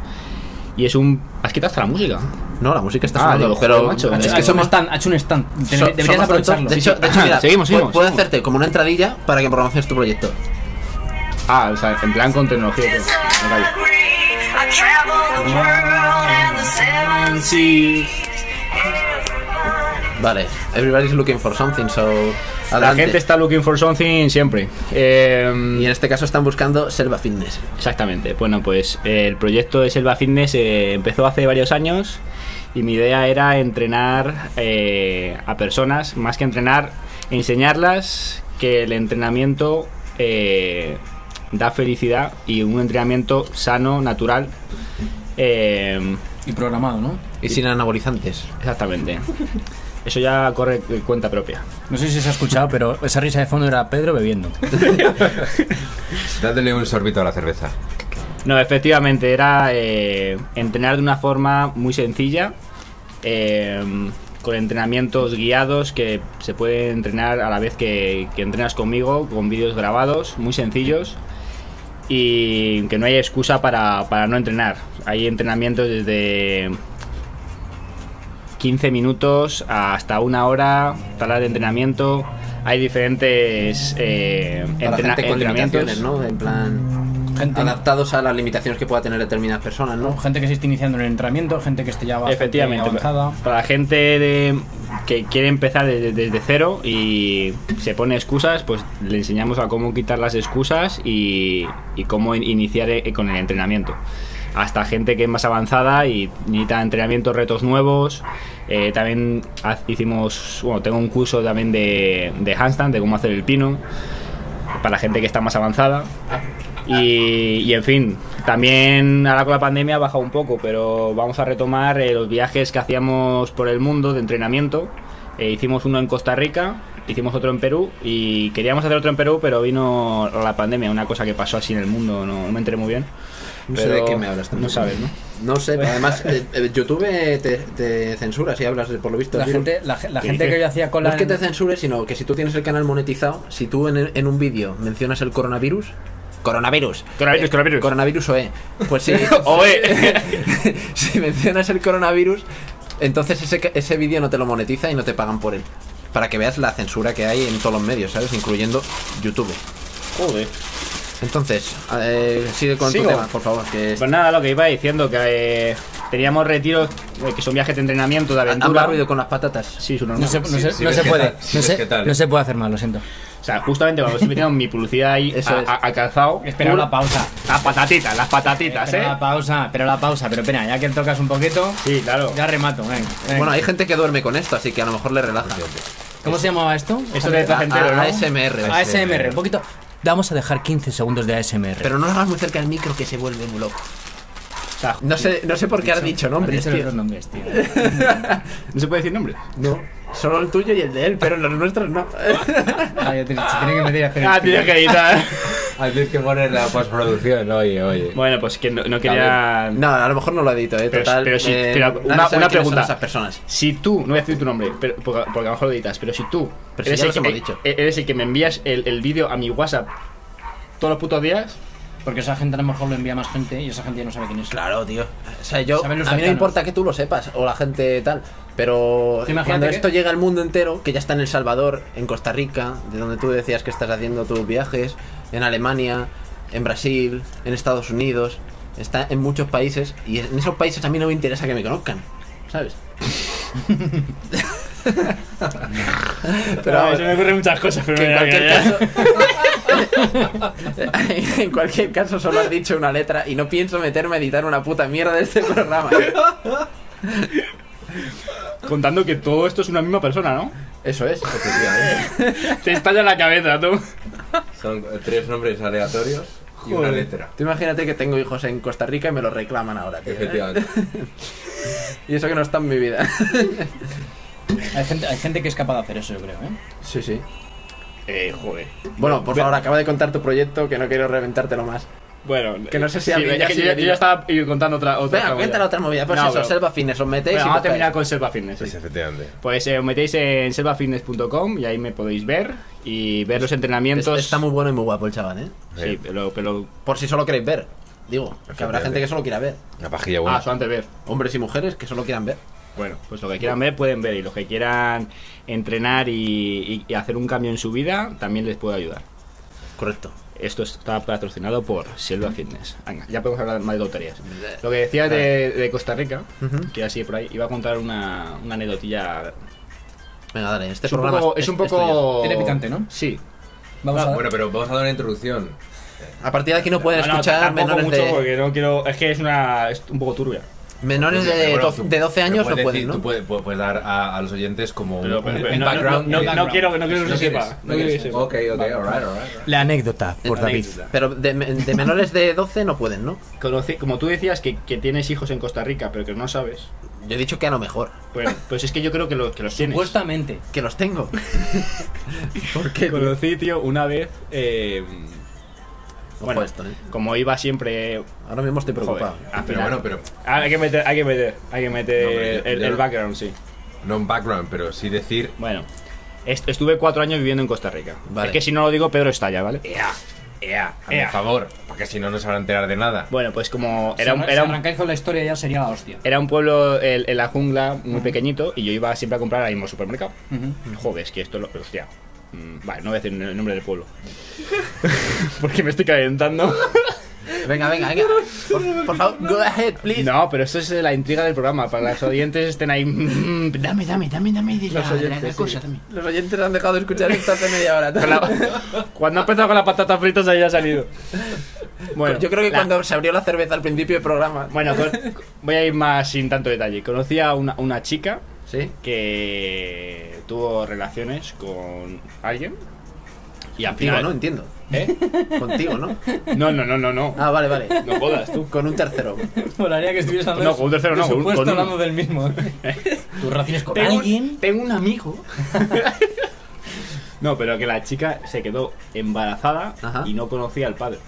[SPEAKER 1] Y es un. Has quitado hasta la música.
[SPEAKER 2] No, la música está
[SPEAKER 1] Ah,
[SPEAKER 2] sonando,
[SPEAKER 1] digo, joder,
[SPEAKER 2] pero
[SPEAKER 1] macho,
[SPEAKER 3] Ha hecho,
[SPEAKER 2] es
[SPEAKER 1] eh,
[SPEAKER 2] que
[SPEAKER 3] ha hecho un
[SPEAKER 2] somos
[SPEAKER 3] stand, ha hecho un stand. Debe-
[SPEAKER 2] so-
[SPEAKER 3] deberías
[SPEAKER 2] somos tontos.
[SPEAKER 3] aprovecharlo.
[SPEAKER 2] De hecho, de hecho,
[SPEAKER 1] Ajá,
[SPEAKER 2] mira,
[SPEAKER 1] seguimos,
[SPEAKER 2] pu-
[SPEAKER 1] seguimos,
[SPEAKER 2] puedo
[SPEAKER 1] seguimos.
[SPEAKER 2] hacerte como una entradilla para que promociones tu proyecto.
[SPEAKER 1] Ah, o sea, en plan con tecnología. y todo. Me callo.
[SPEAKER 7] I travel the world and the seven
[SPEAKER 2] Vale, everybody's looking for something, so.
[SPEAKER 1] La
[SPEAKER 2] adelante.
[SPEAKER 1] gente está looking for something siempre. Eh,
[SPEAKER 2] Y en este caso están buscando Selva Fitness.
[SPEAKER 1] Exactamente. Bueno, pues eh, el proyecto de Selva Fitness eh, empezó hace varios años y mi idea era entrenar eh, a personas, más que entrenar, enseñarlas que el entrenamiento eh, da felicidad y un entrenamiento sano, natural. eh,
[SPEAKER 3] Y programado, ¿no?
[SPEAKER 2] Y sin anabolizantes.
[SPEAKER 1] exactamente. Eso ya corre eh, cuenta propia.
[SPEAKER 3] No sé si se ha escuchado, pero esa risa de fondo era Pedro bebiendo.
[SPEAKER 4] Dándole un sorbito a la cerveza.
[SPEAKER 1] No, efectivamente, era eh, entrenar de una forma muy sencilla, eh, con entrenamientos guiados que se puede entrenar a la vez que, que entrenas conmigo, con vídeos grabados, muy sencillos, y que no hay excusa para, para no entrenar. Hay entrenamientos desde 15 minutos hasta una hora, talas de entrenamiento. Hay diferentes eh,
[SPEAKER 2] Para
[SPEAKER 1] entrena-
[SPEAKER 2] gente con
[SPEAKER 1] entrenamientos.
[SPEAKER 2] limitaciones, ¿no? En plan.
[SPEAKER 3] Gente-
[SPEAKER 2] Adaptados a las limitaciones que pueda tener determinadas personas, ¿no?
[SPEAKER 3] Gente que se está iniciando en el entrenamiento, gente que esté ya bastante
[SPEAKER 1] Efectivamente,
[SPEAKER 3] avanzada.
[SPEAKER 1] para la gente de- que quiere empezar desde, desde cero y se pone excusas, pues le enseñamos a cómo quitar las excusas y, y cómo in- iniciar eh, con el entrenamiento. Hasta gente que es más avanzada y necesita entrenamiento, retos nuevos. Eh, también haz- hicimos, bueno, tengo un curso también de, de handstand, de cómo hacer el pino, para gente que está más avanzada. Y, y, en fin, también ahora con la pandemia ha bajado un poco, pero vamos a retomar eh, los viajes que hacíamos por el mundo de entrenamiento. Eh, hicimos uno en Costa Rica, hicimos otro en Perú y queríamos hacer otro en Perú, pero vino la pandemia, una cosa que pasó así en el mundo, no, no me enteré muy bien.
[SPEAKER 2] No sé
[SPEAKER 1] Pero
[SPEAKER 2] de qué me hablas
[SPEAKER 1] No
[SPEAKER 2] tampoco.
[SPEAKER 1] sabes, ¿no?
[SPEAKER 2] No sé, pero además eh, eh, YouTube te, te censura si hablas, por lo visto.
[SPEAKER 3] La
[SPEAKER 2] ¿sí?
[SPEAKER 3] gente, la, la gente
[SPEAKER 1] dices?
[SPEAKER 3] que yo hacía
[SPEAKER 2] No
[SPEAKER 3] cola
[SPEAKER 2] es que
[SPEAKER 3] en-
[SPEAKER 2] te censure, sino que si tú tienes el canal monetizado, si tú en, en un vídeo mencionas el coronavirus, Coronavirus. eh,
[SPEAKER 1] Coronavirus, coronavirus. E.
[SPEAKER 2] Coronavirus OE. Pues sí. si mencionas el coronavirus, entonces ese, ca- ese vídeo no te lo monetiza y no te pagan por él. Para que veas la censura que hay en todos los medios, ¿sabes? Incluyendo YouTube.
[SPEAKER 1] Joder.
[SPEAKER 2] Entonces, eh, sigue con
[SPEAKER 1] Sigo.
[SPEAKER 2] tu tema, por favor. Que
[SPEAKER 1] Pues nada, lo que iba diciendo, que eh, teníamos retiros, eh, que son viajes de entrenamiento, de
[SPEAKER 2] Ah, han
[SPEAKER 1] aventura.
[SPEAKER 2] hablado ruido con las patatas.
[SPEAKER 1] Sí, es un
[SPEAKER 3] No
[SPEAKER 1] normal.
[SPEAKER 3] se, no se-
[SPEAKER 4] sí,
[SPEAKER 3] no
[SPEAKER 4] ves
[SPEAKER 3] se
[SPEAKER 4] qué
[SPEAKER 3] puede.
[SPEAKER 4] tal, sí,
[SPEAKER 3] no,
[SPEAKER 4] ves qué
[SPEAKER 3] se,
[SPEAKER 4] tal.
[SPEAKER 3] no se puede hacer mal, lo siento.
[SPEAKER 1] O sea, justamente cuando estoy metiendo mi publicidad ahí
[SPEAKER 2] Eso
[SPEAKER 1] a,
[SPEAKER 2] es.
[SPEAKER 1] a- a calzado.
[SPEAKER 3] Espera
[SPEAKER 1] puro,
[SPEAKER 3] una pausa.
[SPEAKER 1] Las patatitas, las patatitas,
[SPEAKER 3] Espera
[SPEAKER 1] eh.
[SPEAKER 3] la pausa, pero la pausa. Pero espera, ya que tocas un poquito,
[SPEAKER 1] Sí, claro.
[SPEAKER 3] ya remato. venga, venga.
[SPEAKER 2] Bueno, hay gente que duerme con esto, así que a lo mejor le relaja.
[SPEAKER 3] ¿Cómo se llamaba esto?
[SPEAKER 1] Eso de
[SPEAKER 2] A-
[SPEAKER 1] placentero,
[SPEAKER 2] a-
[SPEAKER 1] ¿no?
[SPEAKER 2] ASMR.
[SPEAKER 3] ASMR, un poquito.
[SPEAKER 6] Vamos a dejar 15 segundos de ASMR.
[SPEAKER 2] Pero no lo hagas muy cerca del micro que se vuelve muy loco.
[SPEAKER 1] O sea,
[SPEAKER 2] No sé, no sé por qué has dicho nombres,
[SPEAKER 3] Has dicho
[SPEAKER 2] tío.
[SPEAKER 3] los nombres, tío.
[SPEAKER 1] no se puede decir nombre.
[SPEAKER 2] No, solo el tuyo y el de él, pero los nuestros no.
[SPEAKER 3] Ah, ya te- se tiene que meter a hacer el
[SPEAKER 1] Ah, tienes
[SPEAKER 3] pino.
[SPEAKER 1] que editar.
[SPEAKER 4] Ah, tienes que poner la postproducción, oye, oye.
[SPEAKER 1] bueno, pues que no, no quería.
[SPEAKER 2] No, a lo mejor no lo edito, eh,
[SPEAKER 1] Pero-
[SPEAKER 2] total.
[SPEAKER 1] pero sí,
[SPEAKER 2] eh,
[SPEAKER 1] pero
[SPEAKER 2] nadie sabe
[SPEAKER 1] una- una
[SPEAKER 2] quiénes son
[SPEAKER 1] pregunta.
[SPEAKER 2] esas personas.
[SPEAKER 1] Si tú, no voy a decir tu nombre, pero, porque, porque a lo mejor lo editas, pero si tú
[SPEAKER 2] Pero si ya los
[SPEAKER 1] el,
[SPEAKER 2] hemos
[SPEAKER 1] que-
[SPEAKER 2] dicho.
[SPEAKER 1] eres el que me envías el, el vídeo a mi WhatsApp todos los putos días,
[SPEAKER 3] Porque esa gente a lo mejor lo envía más gente y esa gente ya no sabe quién es.
[SPEAKER 2] Pues Claro, tío. O sea, yo. A
[SPEAKER 3] Saben
[SPEAKER 2] mí
[SPEAKER 3] los
[SPEAKER 2] no me
[SPEAKER 3] cercanos.
[SPEAKER 2] importa que tú lo sepas o la gente tal. Pero
[SPEAKER 3] Imagínate
[SPEAKER 2] cuando
[SPEAKER 3] que-
[SPEAKER 2] esto llega al mundo entero, que ya está en El Salvador, en Costa Rica, de donde tú decías que estás haciendo tus viajes, en Alemania, en Brasil, en Estados Unidos, está en muchos países, y en esos países a mí no me interesa que me conozcan, ¿sabes? Pero
[SPEAKER 1] Ay,
[SPEAKER 2] vamos,
[SPEAKER 1] se me ocurren muchas cosas, pero
[SPEAKER 2] que en
[SPEAKER 1] mira,
[SPEAKER 2] cualquier
[SPEAKER 1] ya- ya.
[SPEAKER 2] caso. en cualquier caso, solo has dicho una letra y no pienso meterme a editar una puta mierda de este programa.
[SPEAKER 1] Contando que todo esto es una misma persona, ¿no?
[SPEAKER 2] Eso es.
[SPEAKER 1] Te estalla la cabeza, tú.
[SPEAKER 4] Son tres nombres aleatorios y una letra.
[SPEAKER 2] Tú imagínate que tengo hijos en Costa Rica y me lo reclaman ahora, tío.
[SPEAKER 4] Efectivamente.
[SPEAKER 2] Y eso que no está en mi vida.
[SPEAKER 3] Hay gente, hay gente que es capaz de hacer eso, yo creo, ¿eh?
[SPEAKER 2] Sí, sí.
[SPEAKER 1] Eh, joder.
[SPEAKER 2] Bueno, por favor, acaba de contar tu proyecto que no quiero reventártelo más.
[SPEAKER 1] Bueno,
[SPEAKER 2] Que no sé si
[SPEAKER 1] sí,
[SPEAKER 2] a mí
[SPEAKER 1] es
[SPEAKER 2] ya
[SPEAKER 1] que
[SPEAKER 2] sí
[SPEAKER 1] yo,
[SPEAKER 2] me
[SPEAKER 1] yo
[SPEAKER 2] diga.
[SPEAKER 1] ya estaba contando otra. otra
[SPEAKER 2] Venga,
[SPEAKER 1] movida.
[SPEAKER 2] cuéntala otra movida. Pues
[SPEAKER 1] No,
[SPEAKER 2] eso,
[SPEAKER 1] pero-
[SPEAKER 2] Selva Fitness, os metéis y
[SPEAKER 1] Bueno, vamos a
[SPEAKER 2] tocáis.
[SPEAKER 1] terminar con Selva Fitness. sí.
[SPEAKER 4] Pues efectivamente.
[SPEAKER 1] Pues eh, os metéis en selvafitness.com y ahí me podéis ver y ver los
[SPEAKER 2] Es-
[SPEAKER 1] entrenamientos.
[SPEAKER 2] Está muy bueno y muy guapo el chaval, ¿eh?
[SPEAKER 1] Sí, pero. pero...
[SPEAKER 2] Por si solo queréis ver. Digo, que habrá gente que solo quiera ver.
[SPEAKER 4] Una pajilla buena.
[SPEAKER 1] Ah, solamente ver.
[SPEAKER 2] Hombres y mujeres que solo quieran ver.
[SPEAKER 1] Bueno, pues lo que quieran ver pueden ver y los que quieran entrenar y, y- y hacer un cambio en su vida también les puedo ayudar.
[SPEAKER 2] Correcto.
[SPEAKER 1] Esto está patrocinado por Selva Fitness. Venga, ya podemos hablar más de tonterías. Lo que decías de, de Costa Rica,
[SPEAKER 2] Ujú.
[SPEAKER 1] que así por ahí, iba a contar una, una anedotilla.
[SPEAKER 2] Venga, dale, este
[SPEAKER 1] es un
[SPEAKER 2] programa
[SPEAKER 1] poco. Es,
[SPEAKER 2] es-
[SPEAKER 1] un
[SPEAKER 2] es tuyo.
[SPEAKER 1] poco...
[SPEAKER 3] Tiene picante, ¿no?
[SPEAKER 1] Sí.
[SPEAKER 3] Vamos a
[SPEAKER 4] Ah, Bueno, pero vamos a dar una introducción.
[SPEAKER 2] A partir de aquí no pueden
[SPEAKER 1] No, no,
[SPEAKER 2] escuchar
[SPEAKER 1] tampoco
[SPEAKER 2] menores
[SPEAKER 1] mucho
[SPEAKER 2] de
[SPEAKER 1] porque no quiero. Es que es una. Es un poco turbia.
[SPEAKER 2] menores
[SPEAKER 4] Pero
[SPEAKER 2] de
[SPEAKER 4] bueno,
[SPEAKER 2] doce-
[SPEAKER 4] tú-
[SPEAKER 2] de 12
[SPEAKER 4] pero
[SPEAKER 2] años no
[SPEAKER 4] puedes
[SPEAKER 2] pueden,
[SPEAKER 4] decir-
[SPEAKER 2] ¿no?
[SPEAKER 4] Tú puedes, puedes- puedes dar a, a los oyentes como
[SPEAKER 1] Pero-
[SPEAKER 4] un,
[SPEAKER 1] pero-
[SPEAKER 4] un-
[SPEAKER 1] pero
[SPEAKER 4] un
[SPEAKER 1] no- no-
[SPEAKER 4] background.
[SPEAKER 1] no-
[SPEAKER 4] que-
[SPEAKER 1] no quiero- no quiero que
[SPEAKER 4] ¿No
[SPEAKER 1] se
[SPEAKER 4] quieres?
[SPEAKER 1] sepa,
[SPEAKER 4] ¿No
[SPEAKER 1] no quiero que
[SPEAKER 4] quieres?
[SPEAKER 1] se sepa.
[SPEAKER 4] Ok, ok, alright,
[SPEAKER 2] Ah,
[SPEAKER 4] alright.
[SPEAKER 6] La anécdota por
[SPEAKER 1] Una
[SPEAKER 6] David.
[SPEAKER 1] anécdota.
[SPEAKER 2] Pero de, de menores de 12 no pueden, ¿no?
[SPEAKER 1] Conocí- como tú decías que, que tienes hijos en Costa Rica, pero que no sabes.
[SPEAKER 2] Yo he dicho que a lo mejor.
[SPEAKER 1] Pues, pues es que yo creo que, lo- que los tienes.
[SPEAKER 3] Supuestamente.
[SPEAKER 2] Que los tengo. ¿Por qué? tío?
[SPEAKER 1] Conocí, tío, una vez. eh,
[SPEAKER 2] Ojo
[SPEAKER 1] bueno,
[SPEAKER 2] esto, ¿eh?
[SPEAKER 1] como iba siempre.
[SPEAKER 2] Ahora mismo estoy preocupado.
[SPEAKER 1] joder, al
[SPEAKER 4] Pero
[SPEAKER 1] final-
[SPEAKER 4] bueno, pero
[SPEAKER 1] Ah, hay que meter, hay que meter, hay que meter
[SPEAKER 4] No, hombre, yo-
[SPEAKER 1] el,
[SPEAKER 4] yo
[SPEAKER 1] el
[SPEAKER 4] no.
[SPEAKER 1] background, sí.
[SPEAKER 4] no un background, pero sí decir.
[SPEAKER 1] Bueno, est- estuve cuatro años viviendo en Costa Rica.
[SPEAKER 2] Vale.
[SPEAKER 1] Es que si no lo digo, Pedro estalla, ¿vale?
[SPEAKER 4] ¡Ea! ¡Ea! Hazme
[SPEAKER 1] ea.
[SPEAKER 4] favor, porque si no, no se van a enterar de nada.
[SPEAKER 1] Bueno, pues como
[SPEAKER 3] si
[SPEAKER 1] era un,
[SPEAKER 3] arran-
[SPEAKER 1] era
[SPEAKER 3] si
[SPEAKER 1] un,
[SPEAKER 3] arrancáis con la historia ya sería la hostia.
[SPEAKER 1] era un pueblo el- en la jungla muy pequeñito y yo iba siempre a comprar al mismo supermercado.
[SPEAKER 3] Ujú.
[SPEAKER 1] Joder, es que esto lo. Hostia. Mm, Vale, no voy a decir el nombre del pueblo. Porque me estoy calentando.
[SPEAKER 2] Venga, venga, venga. Por, por favor, go ahead, please.
[SPEAKER 1] No, pero esto es la intriga del programa. Para los oyentes estén ahí. mm, Dame, dame, dame, dame. de la-
[SPEAKER 2] Los
[SPEAKER 1] de la- de la
[SPEAKER 2] oyentes,
[SPEAKER 1] cosa,
[SPEAKER 2] sí.
[SPEAKER 1] dame.
[SPEAKER 2] Los oyentes han dejado de escuchar esto hace media hora.
[SPEAKER 1] Con la- Cuando ha empezado con las patatas fritas, ahí ya ha salido. Bueno,
[SPEAKER 2] Yo creo que
[SPEAKER 1] la-
[SPEAKER 2] cuando se abrió la cerveza al principio del programa.
[SPEAKER 1] Bueno, con- voy a ir más sin tanto detalle. Conocí a una, una chica
[SPEAKER 2] ¿Sí?
[SPEAKER 1] que tuvo relaciones con alguien. Y al
[SPEAKER 2] Contigo,
[SPEAKER 1] final.
[SPEAKER 2] ¿no? Entiendo.
[SPEAKER 1] ¿Eh?
[SPEAKER 2] Contigo, ¿no?
[SPEAKER 1] No, no, no, no, no.
[SPEAKER 2] Ah, vale, vale.
[SPEAKER 1] No jodas tú.
[SPEAKER 2] Con un tercero.
[SPEAKER 3] Molaría que estuvieras hablando
[SPEAKER 1] No, con un tercero
[SPEAKER 3] de
[SPEAKER 1] no,
[SPEAKER 3] su
[SPEAKER 1] con un-
[SPEAKER 3] puesto
[SPEAKER 1] con un-
[SPEAKER 3] hablando del mismo. Tus relaciones con
[SPEAKER 1] Tengo,
[SPEAKER 3] alguien.
[SPEAKER 1] tengo un amigo. no, pero que la chica se quedó embarazada
[SPEAKER 2] Ajá.
[SPEAKER 1] y no conocía al padre.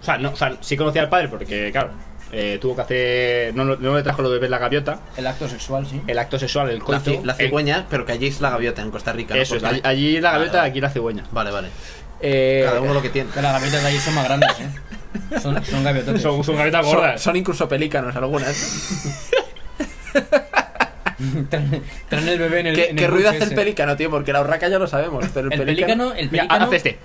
[SPEAKER 1] O sea, no, o sea, sí conocía al padre porque, claro, eh, tuvo que hacer. No, no le trajo lo de ver la gaviota.
[SPEAKER 3] El acto sexual, sí.
[SPEAKER 1] El acto sexual, el
[SPEAKER 2] La,
[SPEAKER 1] coito.
[SPEAKER 2] ci- la
[SPEAKER 1] el-
[SPEAKER 2] cigüeña, pero que allí es la gaviota en Costa Rica. ¿no?
[SPEAKER 1] Eso, es,
[SPEAKER 2] Porque-
[SPEAKER 1] allí allí la
[SPEAKER 2] Vale,
[SPEAKER 1] gaviota,
[SPEAKER 2] vale.
[SPEAKER 1] aquí la cigüeña.
[SPEAKER 2] Vale, vale.
[SPEAKER 8] Eh,
[SPEAKER 2] Cada uno lo que tiene.
[SPEAKER 3] Que las gaviotas de allí son más grandes, ¿eh? Son, son gaviototes.
[SPEAKER 1] Son, son gavetas
[SPEAKER 8] son,
[SPEAKER 1] gordas.
[SPEAKER 8] son incluso pelícanos algunas.
[SPEAKER 3] Traen traen el bebé en el.
[SPEAKER 8] ¿Qué,
[SPEAKER 3] en
[SPEAKER 8] qué
[SPEAKER 3] el
[SPEAKER 8] ruido
[SPEAKER 3] buche
[SPEAKER 8] hace el
[SPEAKER 3] ese.
[SPEAKER 8] pelícano, tío? Porque la urraca ya lo sabemos. Pero el,
[SPEAKER 3] El pelícano, el
[SPEAKER 1] Mira,
[SPEAKER 3] pelícano,
[SPEAKER 1] hace este.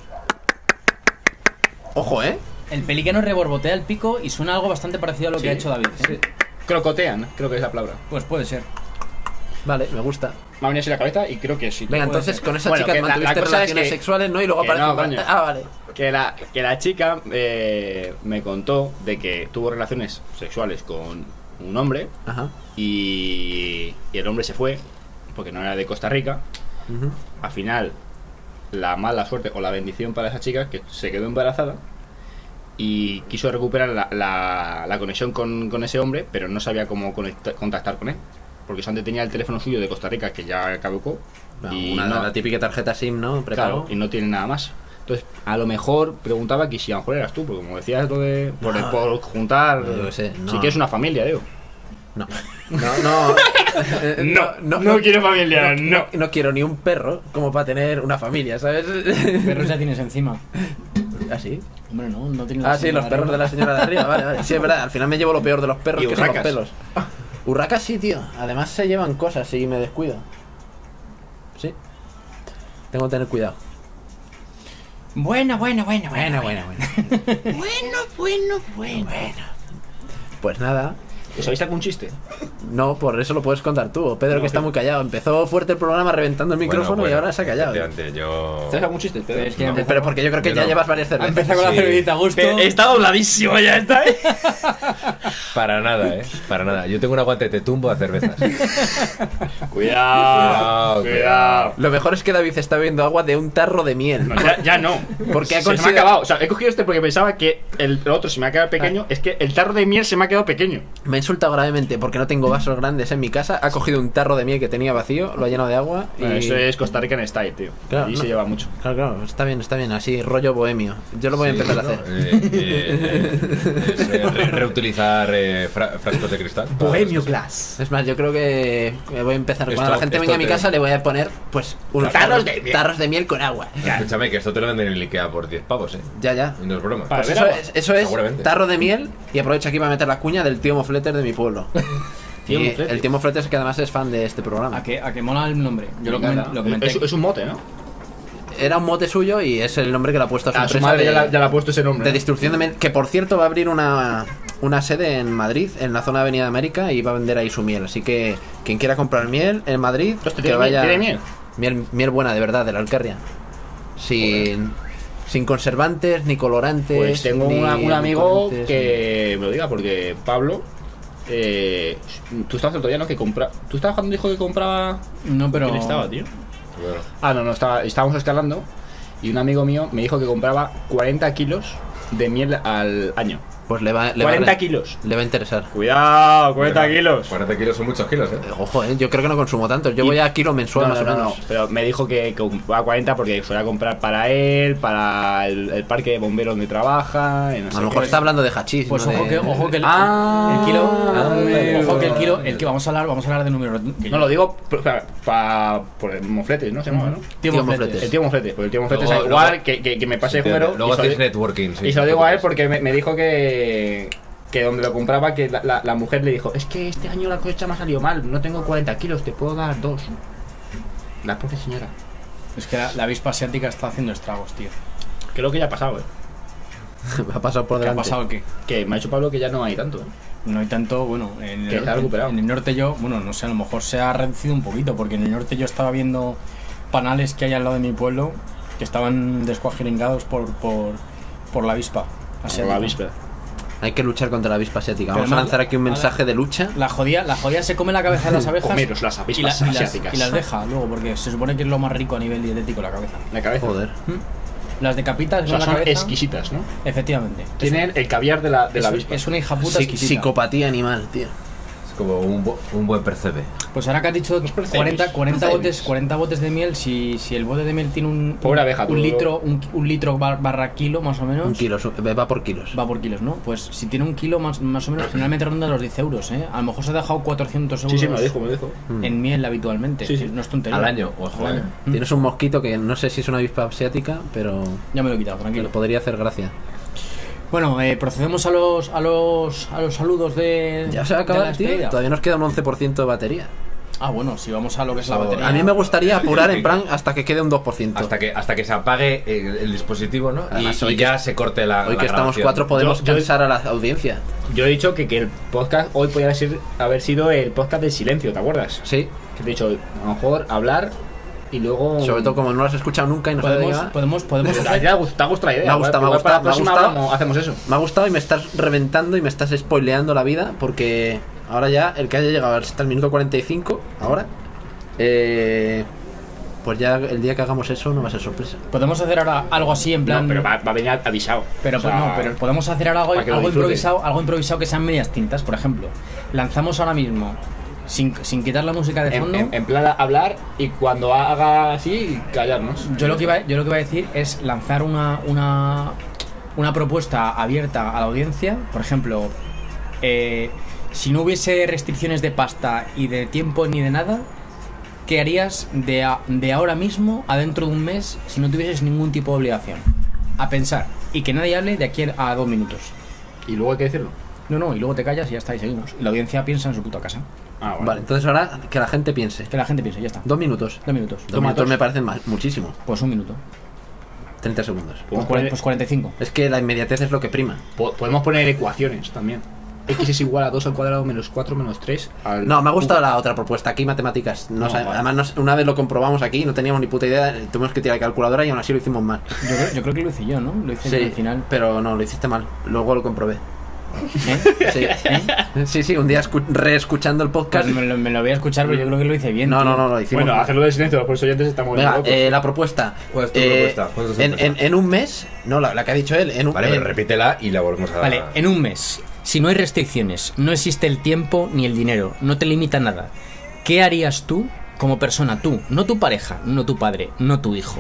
[SPEAKER 8] Ojo, ¿eh?
[SPEAKER 3] el pelícano reborbotea el pico y suena algo bastante parecido a lo que ha hecho David. ¿eh?
[SPEAKER 1] Crocotean, creo que es la palabra.
[SPEAKER 3] Pues puede ser.
[SPEAKER 8] Vale, me gusta.
[SPEAKER 1] Me ha venido así la cabeza y creo que sí.
[SPEAKER 2] Venga,
[SPEAKER 3] puede
[SPEAKER 2] entonces
[SPEAKER 3] ser.
[SPEAKER 2] con esa
[SPEAKER 1] Bueno,
[SPEAKER 2] chica
[SPEAKER 1] que la- la
[SPEAKER 2] mantuviste
[SPEAKER 1] cosa es
[SPEAKER 2] relaciones
[SPEAKER 1] que-
[SPEAKER 2] sexuales, ¿no? Y luego
[SPEAKER 1] que
[SPEAKER 2] aparece.
[SPEAKER 1] no, coño.
[SPEAKER 2] Ah, vale.
[SPEAKER 1] Que la, que la chica eh, me contó de que tuvo relaciones sexuales con un hombre
[SPEAKER 2] Ajá.
[SPEAKER 1] y, y el hombre se fue porque no era de Costa Rica.
[SPEAKER 2] Ujú.
[SPEAKER 1] Al final, la mala suerte o la bendición para esa chica que se quedó embarazada y quiso recuperar la, la- la conexión con, con ese hombre, pero no sabía cómo conecta- contactar con él. Porque antes tenía el teléfono suyo de Costa Rica que ya caducó.
[SPEAKER 2] Bueno,
[SPEAKER 1] y
[SPEAKER 2] una,
[SPEAKER 1] no-
[SPEAKER 2] La típica tarjeta SIM, ¿no? Prepago.
[SPEAKER 1] Claro, y no tiene nada más. Entonces, a lo mejor preguntaba que si a lo mejor eras tú, porque como decías lo de. Por,
[SPEAKER 2] No.
[SPEAKER 1] por juntar.
[SPEAKER 2] Yo qué sé, no.
[SPEAKER 1] Si quieres una familia, digo.
[SPEAKER 2] No. No, no. Eh,
[SPEAKER 1] quiero familia, no.
[SPEAKER 2] no quiero ni un perro como para tener una familia, ¿sabes?
[SPEAKER 3] Perros ya tienes encima.
[SPEAKER 2] Así.
[SPEAKER 3] Hombre, no, no tienes
[SPEAKER 2] Ah, sí, los perros de la señora de arriba, vale, vale. Sí, es verdad, al final me llevo lo peor de los perros,
[SPEAKER 1] Y
[SPEAKER 2] que son los
[SPEAKER 1] urracas.
[SPEAKER 2] pelos. Urracas sí, tío. Además se llevan cosas y me descuido. Sí. Tengo que tener cuidado.
[SPEAKER 3] Bueno, bueno, bueno, bueno.
[SPEAKER 2] bueno. bueno, bueno, bueno. Pues nada.
[SPEAKER 1] ¿Os habéis sacado un chiste?
[SPEAKER 2] No, por eso lo puedes contar tú. Pedro, que está muy callado. Empezó fuerte el programa reventando el micrófono y ahora se ha callado.
[SPEAKER 4] efectivamente, Yo...
[SPEAKER 1] ¿Te has sacado un chiste? Pedro?
[SPEAKER 3] Es que
[SPEAKER 2] Eh, Pero porque yo creo que
[SPEAKER 4] Yo
[SPEAKER 2] ya
[SPEAKER 4] no.
[SPEAKER 2] llevas varias cervezas.
[SPEAKER 3] Empieza con la
[SPEAKER 4] Sí.
[SPEAKER 3] cervecita a gusto.
[SPEAKER 1] dobladísimo ya está, ¿eh?
[SPEAKER 4] Para nada, ¿eh? Para nada. Yo tengo un aguante, te tumbo a cervezas.
[SPEAKER 1] Cuidado,
[SPEAKER 4] Cuidado,
[SPEAKER 1] cuidado.
[SPEAKER 2] Lo mejor es que David está bebiendo agua de un tarro de miel.
[SPEAKER 1] No, ya, ya no.
[SPEAKER 2] Porque ha
[SPEAKER 1] se, se me ha
[SPEAKER 2] considerado-
[SPEAKER 1] acabado. O sea, he cogido este porque pensaba que el otro se me ha quedado pequeño. Es que el tarro de miel se me ha quedado pequeño.
[SPEAKER 2] Me insulta gravemente porque no tengo vasos grandes en mi casa. Ha cogido un tarro de miel que tenía vacío, lo ha llenado de agua y...
[SPEAKER 1] Bueno, Ah, Eso es Costa Rican Style, tío.
[SPEAKER 2] Claro,
[SPEAKER 1] y
[SPEAKER 2] no.
[SPEAKER 1] se lleva mucho.
[SPEAKER 2] Claro, claro, está bien, está bien, así rollo bohemio. Yo lo voy a
[SPEAKER 4] Sí,
[SPEAKER 2] empezar a
[SPEAKER 4] ¿no?
[SPEAKER 2] hacer.
[SPEAKER 4] Eh, eh, eh, es, eh, re- reutilizar eh, fra- frascos de cristal. Pues,
[SPEAKER 1] Glass.
[SPEAKER 2] Es más, yo creo que me voy a empezar.
[SPEAKER 4] Esto-
[SPEAKER 2] Cuando la gente
[SPEAKER 4] esto
[SPEAKER 2] venga a mi
[SPEAKER 4] te-
[SPEAKER 2] casa le voy a poner, pues, unos
[SPEAKER 1] Tarros de miel.
[SPEAKER 2] tarros de miel con agua.
[SPEAKER 4] Escúchame, que esto te lo venden en el Ikea por 10 pavos, ¿eh?
[SPEAKER 2] Ya, ya.
[SPEAKER 4] Y no es broma.
[SPEAKER 1] Para
[SPEAKER 2] Pues
[SPEAKER 1] ver
[SPEAKER 2] eso
[SPEAKER 1] agua.
[SPEAKER 2] es, eso es
[SPEAKER 4] Seguramente.
[SPEAKER 2] tarro de miel y aprovecho aquí para meter la cuña del tío Mofleter de mi pueblo.
[SPEAKER 1] Tío
[SPEAKER 2] Y
[SPEAKER 1] Mofleter.
[SPEAKER 2] el tío Mofleter es que además es fan de este programa.
[SPEAKER 3] A que, a que mola el nombre. Yo lo, comen- lo comenté.
[SPEAKER 1] Es, es un mote, ¿no?
[SPEAKER 2] Era un mote suyo y es el nombre que le ha puesto a su,
[SPEAKER 1] A Ah, su
[SPEAKER 2] empresa
[SPEAKER 1] madre
[SPEAKER 2] de,
[SPEAKER 1] ya la- ya le ha puesto ese nombre.
[SPEAKER 2] de
[SPEAKER 1] ¿no?
[SPEAKER 2] distribución de miel, que por cierto va a abrir una, una sede en Madrid, en la zona de Avenida América y va a vender ahí su miel. Así que quien quiera comprar miel en Madrid,
[SPEAKER 1] Hostia,
[SPEAKER 2] que
[SPEAKER 1] ¿tiene
[SPEAKER 2] vaya
[SPEAKER 1] miel? ¿Tiene miel?
[SPEAKER 2] miel miel buena de verdad de la Alcarria. Sin sin conservantes ni colorantes.
[SPEAKER 1] Pues tengo
[SPEAKER 2] ni
[SPEAKER 1] una- un amigo
[SPEAKER 2] edulcorantes,
[SPEAKER 1] que me lo diga, porque Pablo. eh, tú estabas el otro día, ¿no? Que compra... ¿Tú estabas cuando dijo que compraba.?
[SPEAKER 3] No, pero.
[SPEAKER 1] ¿Quién estaba, tío?
[SPEAKER 4] Bueno,
[SPEAKER 1] Ah, no, no, estaba, estábamos escalando. Y un amigo mío me dijo que compraba 40 kilos de miel al año.
[SPEAKER 2] ni- Pues le va, le va-
[SPEAKER 1] 40 kilos.
[SPEAKER 2] Le va a interesar.
[SPEAKER 1] Cuidado,
[SPEAKER 4] bueno, 40 kilos son muchos kilos, ¿eh?
[SPEAKER 2] Ojo, eh, yo creo que no consumo tanto. Yo
[SPEAKER 1] Y-
[SPEAKER 2] voy a kilo
[SPEAKER 1] No,
[SPEAKER 2] mensual
[SPEAKER 1] no,
[SPEAKER 2] más o
[SPEAKER 1] no,
[SPEAKER 2] menos.
[SPEAKER 1] no, pero me dijo que compraba 40 porque solía comprar para él, para el, el parque de bomberos donde trabaja. y no sé
[SPEAKER 2] A lo
[SPEAKER 1] qué.
[SPEAKER 2] mejor está hablando de hachís.
[SPEAKER 3] Pues
[SPEAKER 2] no
[SPEAKER 3] ojo
[SPEAKER 2] de-
[SPEAKER 3] que, ojo que el,
[SPEAKER 1] Ah,
[SPEAKER 3] el kilo.
[SPEAKER 1] amigo.
[SPEAKER 3] ojo que el kilo. El que vamos a hablar, vamos a hablar de números. que yo-
[SPEAKER 1] No lo digo para, por el mofletes, ¿no? Se llamaba, ¿no?
[SPEAKER 3] Tío
[SPEAKER 2] Tío
[SPEAKER 3] Mofletes.
[SPEAKER 2] Mofletes.
[SPEAKER 1] El tío mofletes, pues el tío mofletes
[SPEAKER 4] Luego-
[SPEAKER 1] es igual
[SPEAKER 4] luego-
[SPEAKER 1] que, que, que me pase el
[SPEAKER 4] Entiendo.
[SPEAKER 1] número.
[SPEAKER 4] Luego
[SPEAKER 1] y se lo
[SPEAKER 4] hacéis
[SPEAKER 1] di-
[SPEAKER 4] networking. sí,
[SPEAKER 1] y se
[SPEAKER 4] no
[SPEAKER 1] lo
[SPEAKER 4] te
[SPEAKER 1] digo a él
[SPEAKER 4] preocupes.
[SPEAKER 1] porque me, me dijo que, que donde lo compraba, que la, la- la mujer le dijo: Es que este año la cosecha me ha salido mal, no tengo 40 kilos, te puedo dar dos. La pobre señora.
[SPEAKER 3] Es que la, la avispa asiática está haciendo estragos, tío.
[SPEAKER 1] Creo que ya ha pasado, ¿eh?
[SPEAKER 2] Me ha pasado por
[SPEAKER 3] ¿Qué ha
[SPEAKER 2] delante.
[SPEAKER 3] pasado? ¿Qué?
[SPEAKER 1] Que me ha dicho Pablo que ya no hay tanto. ¿eh?
[SPEAKER 3] No hay tanto, bueno, en
[SPEAKER 1] Que
[SPEAKER 3] el,
[SPEAKER 1] se ha recuperado.
[SPEAKER 3] en el norte yo, bueno, no sé, a lo mejor se ha reducido un poquito, porque en el norte yo estaba viendo panales que hay al lado de mi pueblo que estaban descuajiringados por, por, por la avispa.
[SPEAKER 1] Por
[SPEAKER 3] asiática.
[SPEAKER 1] la víspera.
[SPEAKER 2] Hay que luchar contra la avispa asiática. Vamos
[SPEAKER 3] Pero
[SPEAKER 2] a
[SPEAKER 3] además-
[SPEAKER 2] lanzar aquí un mensaje de lucha.
[SPEAKER 3] La jodía, la jodía se come la cabeza de las abejas
[SPEAKER 1] Comeros las
[SPEAKER 3] y, la-
[SPEAKER 1] avispas
[SPEAKER 3] y las,
[SPEAKER 1] asiáticas.
[SPEAKER 3] y las deja luego, porque se supone que es lo más rico a nivel dietético la cabeza.
[SPEAKER 1] La cabeza.
[SPEAKER 2] Joder.
[SPEAKER 3] Las decapitas
[SPEAKER 1] O sea,
[SPEAKER 3] la
[SPEAKER 1] son
[SPEAKER 3] cabeza.
[SPEAKER 1] exquisitas, ¿no?
[SPEAKER 3] Efectivamente.
[SPEAKER 1] Tienen el caviar de la, de la
[SPEAKER 3] Es,
[SPEAKER 1] avispa.
[SPEAKER 3] es una hija puta
[SPEAKER 2] Psi-
[SPEAKER 3] exquisita.
[SPEAKER 2] psicopatía animal, tío.
[SPEAKER 4] como un, bu- un buen percebe.
[SPEAKER 3] Pues ahora que has dicho 40, 40
[SPEAKER 4] Los
[SPEAKER 3] botes, 40 botes de miel, si, si el bote de miel tiene un,
[SPEAKER 1] Pobre abeja,
[SPEAKER 3] un
[SPEAKER 1] tú.
[SPEAKER 3] litro, un, un litro bar- barra kilo más o menos,
[SPEAKER 2] Un kilo, su- va por kilos.
[SPEAKER 3] va por kilos, ¿no? Pues si tiene un kilo más, más o menos, generalmente ronda los 10 euros, ¿eh? A lo mejor se ha dejado 400 euros
[SPEAKER 1] Sí, sí, me lo dijo, me lo dijo.
[SPEAKER 2] Mm.
[SPEAKER 3] en miel habitualmente,
[SPEAKER 1] Sí, sí.
[SPEAKER 3] que no es tontería.
[SPEAKER 4] Al año,
[SPEAKER 3] Al
[SPEAKER 4] ojo, eh.
[SPEAKER 3] año. Mm.
[SPEAKER 2] Tienes un mosquito que no sé si es una avispa asiática, pero
[SPEAKER 3] Ya me lo he quitado,
[SPEAKER 2] que
[SPEAKER 3] tranquilo.
[SPEAKER 2] le podría hacer gracia.
[SPEAKER 3] Bueno, eh, procedemos a los, a los, a los saludos de.
[SPEAKER 2] Ya se va a
[SPEAKER 3] de la
[SPEAKER 2] acabar, tío.
[SPEAKER 3] despedida.
[SPEAKER 2] Todavía nos queda un 11% de batería.
[SPEAKER 3] Ah, bueno, si vamos a lo que es la
[SPEAKER 4] Por favor.
[SPEAKER 3] batería.
[SPEAKER 2] A mí me gustaría apurar en plan hasta que quede un 2%.
[SPEAKER 4] Hasta que, hasta que se apague el, el dispositivo, ¿no? Y,
[SPEAKER 2] Además, hoy
[SPEAKER 4] y ya se corte la.
[SPEAKER 2] Hoy
[SPEAKER 4] la
[SPEAKER 2] que estamos
[SPEAKER 4] grabación.
[SPEAKER 2] cuatro podemos
[SPEAKER 1] Yo- yo-
[SPEAKER 2] cansar a la audiencia.
[SPEAKER 1] Yo he dicho que, que el podcast hoy podría ser, haber sido el podcast del silencio, ¿te acuerdas?
[SPEAKER 2] Sí,
[SPEAKER 1] Que te he dicho, a lo mejor hablar y luego.
[SPEAKER 2] sobre todo como no lo has escuchado nunca y no sabes de qué
[SPEAKER 3] podemos,
[SPEAKER 2] va.
[SPEAKER 3] podemos, podemos,
[SPEAKER 1] ¿Te ha- ¿Te ha gustado te ha gustado la idea?
[SPEAKER 2] Me ha gustado,
[SPEAKER 1] Igual-
[SPEAKER 2] me ha
[SPEAKER 1] igual para
[SPEAKER 2] gustado, me ha
[SPEAKER 1] la próxima
[SPEAKER 2] gustado.
[SPEAKER 1] hablamos- hacemos eso.
[SPEAKER 2] Me ha gustado y me estás reventando y me estás spoileando la vida porque ahora ya el que haya llegado hasta el minuto 45, ahora, eh, pues ya el día que hagamos eso no va a ser sorpresa.
[SPEAKER 3] podemos hacer ahora algo así en plan.
[SPEAKER 1] No, pero va, va a venir avisado.
[SPEAKER 3] Pero,
[SPEAKER 1] O sea,
[SPEAKER 3] pues, no, pero podemos hacer ahora algo,
[SPEAKER 1] para que lo
[SPEAKER 3] algo
[SPEAKER 1] disfruten.
[SPEAKER 3] improvisado, algo improvisado que sean medias tintas, por ejemplo. Lanzamos ahora mismo, sin, sin quitar la música de
[SPEAKER 1] En,
[SPEAKER 3] fondo.
[SPEAKER 1] en- en plan hablar y cuando haga así, callarnos.
[SPEAKER 2] Mm.
[SPEAKER 3] yo, lo que iba, yo lo que iba a decir es lanzar una, una, una propuesta abierta a la audiencia. Por ejemplo, eh, si no hubiese restricciones de pasta y de tiempo ni de nada, ¿qué harías de, a- de ahora mismo a dentro de un mes si no tuvieses ningún tipo de obligación? A pensar. Y que nadie hable de aquí a dos minutos.
[SPEAKER 1] Y luego hay que decirlo.
[SPEAKER 3] No, no, y luego te callas y ya está, y seguimos. Y la audiencia piensa en su puta casa.
[SPEAKER 1] Ah, bueno.
[SPEAKER 2] Vale, entonces ahora que la gente piense.
[SPEAKER 3] Que la gente piense, ya está.
[SPEAKER 2] Dos minutos.
[SPEAKER 3] Dos minutos.
[SPEAKER 2] Dos minutos me parecen más, muchísimo.
[SPEAKER 3] Pues un minuto.
[SPEAKER 2] 30 segundos.
[SPEAKER 3] Pues,
[SPEAKER 1] Podemos,
[SPEAKER 3] cuaren-
[SPEAKER 1] poner,
[SPEAKER 3] pues 45.
[SPEAKER 2] Es que la inmediatez es lo que prima.
[SPEAKER 1] po- podemos poner ecuaciones también. X es igual a 2 al cuadrado menos 4 menos 3 al.
[SPEAKER 2] No, me ha gustado la otra propuesta. Aquí matemáticas. No
[SPEAKER 1] No,
[SPEAKER 2] sabe-
[SPEAKER 1] vale.
[SPEAKER 2] Además, nos- una vez lo comprobamos aquí, no teníamos ni puta idea. Tuvimos que tirar la calculadora y aún así lo hicimos mal.
[SPEAKER 3] Yo creo, yo creo que lo hice yo, ¿no? Lo hice yo al final.
[SPEAKER 2] pero no, lo hiciste mal. Luego lo comprobé.
[SPEAKER 3] ¿Eh?
[SPEAKER 2] Sí, sí, sí, un día escu- reescuchando el
[SPEAKER 3] Pues
[SPEAKER 2] podcast.
[SPEAKER 3] me, lo, me lo voy a escuchar, pero yo creo que lo hice bien.
[SPEAKER 2] No,
[SPEAKER 3] tío.
[SPEAKER 2] no, no, lo hicimos
[SPEAKER 1] bueno,
[SPEAKER 2] mal.
[SPEAKER 1] hacerlo de silencio, por eso oyentes estamos
[SPEAKER 2] Venga,
[SPEAKER 1] locos.
[SPEAKER 2] eh, la propuesta.
[SPEAKER 4] pues.
[SPEAKER 2] Eh,
[SPEAKER 4] ¿Cuál es tu propuesta? ¿Cuál es tu
[SPEAKER 2] en,
[SPEAKER 4] propuesta?
[SPEAKER 2] en- en un mes, no, la, la que ha dicho él, en un
[SPEAKER 4] Vale, pero
[SPEAKER 2] eh,
[SPEAKER 4] repítela y la volvemos a
[SPEAKER 3] Vale, en un mes, si no hay restricciones, no existe el tiempo ni el dinero, no te limita nada, ¿qué harías tú como persona, tú, no tu pareja, no tu padre, no tu hijo?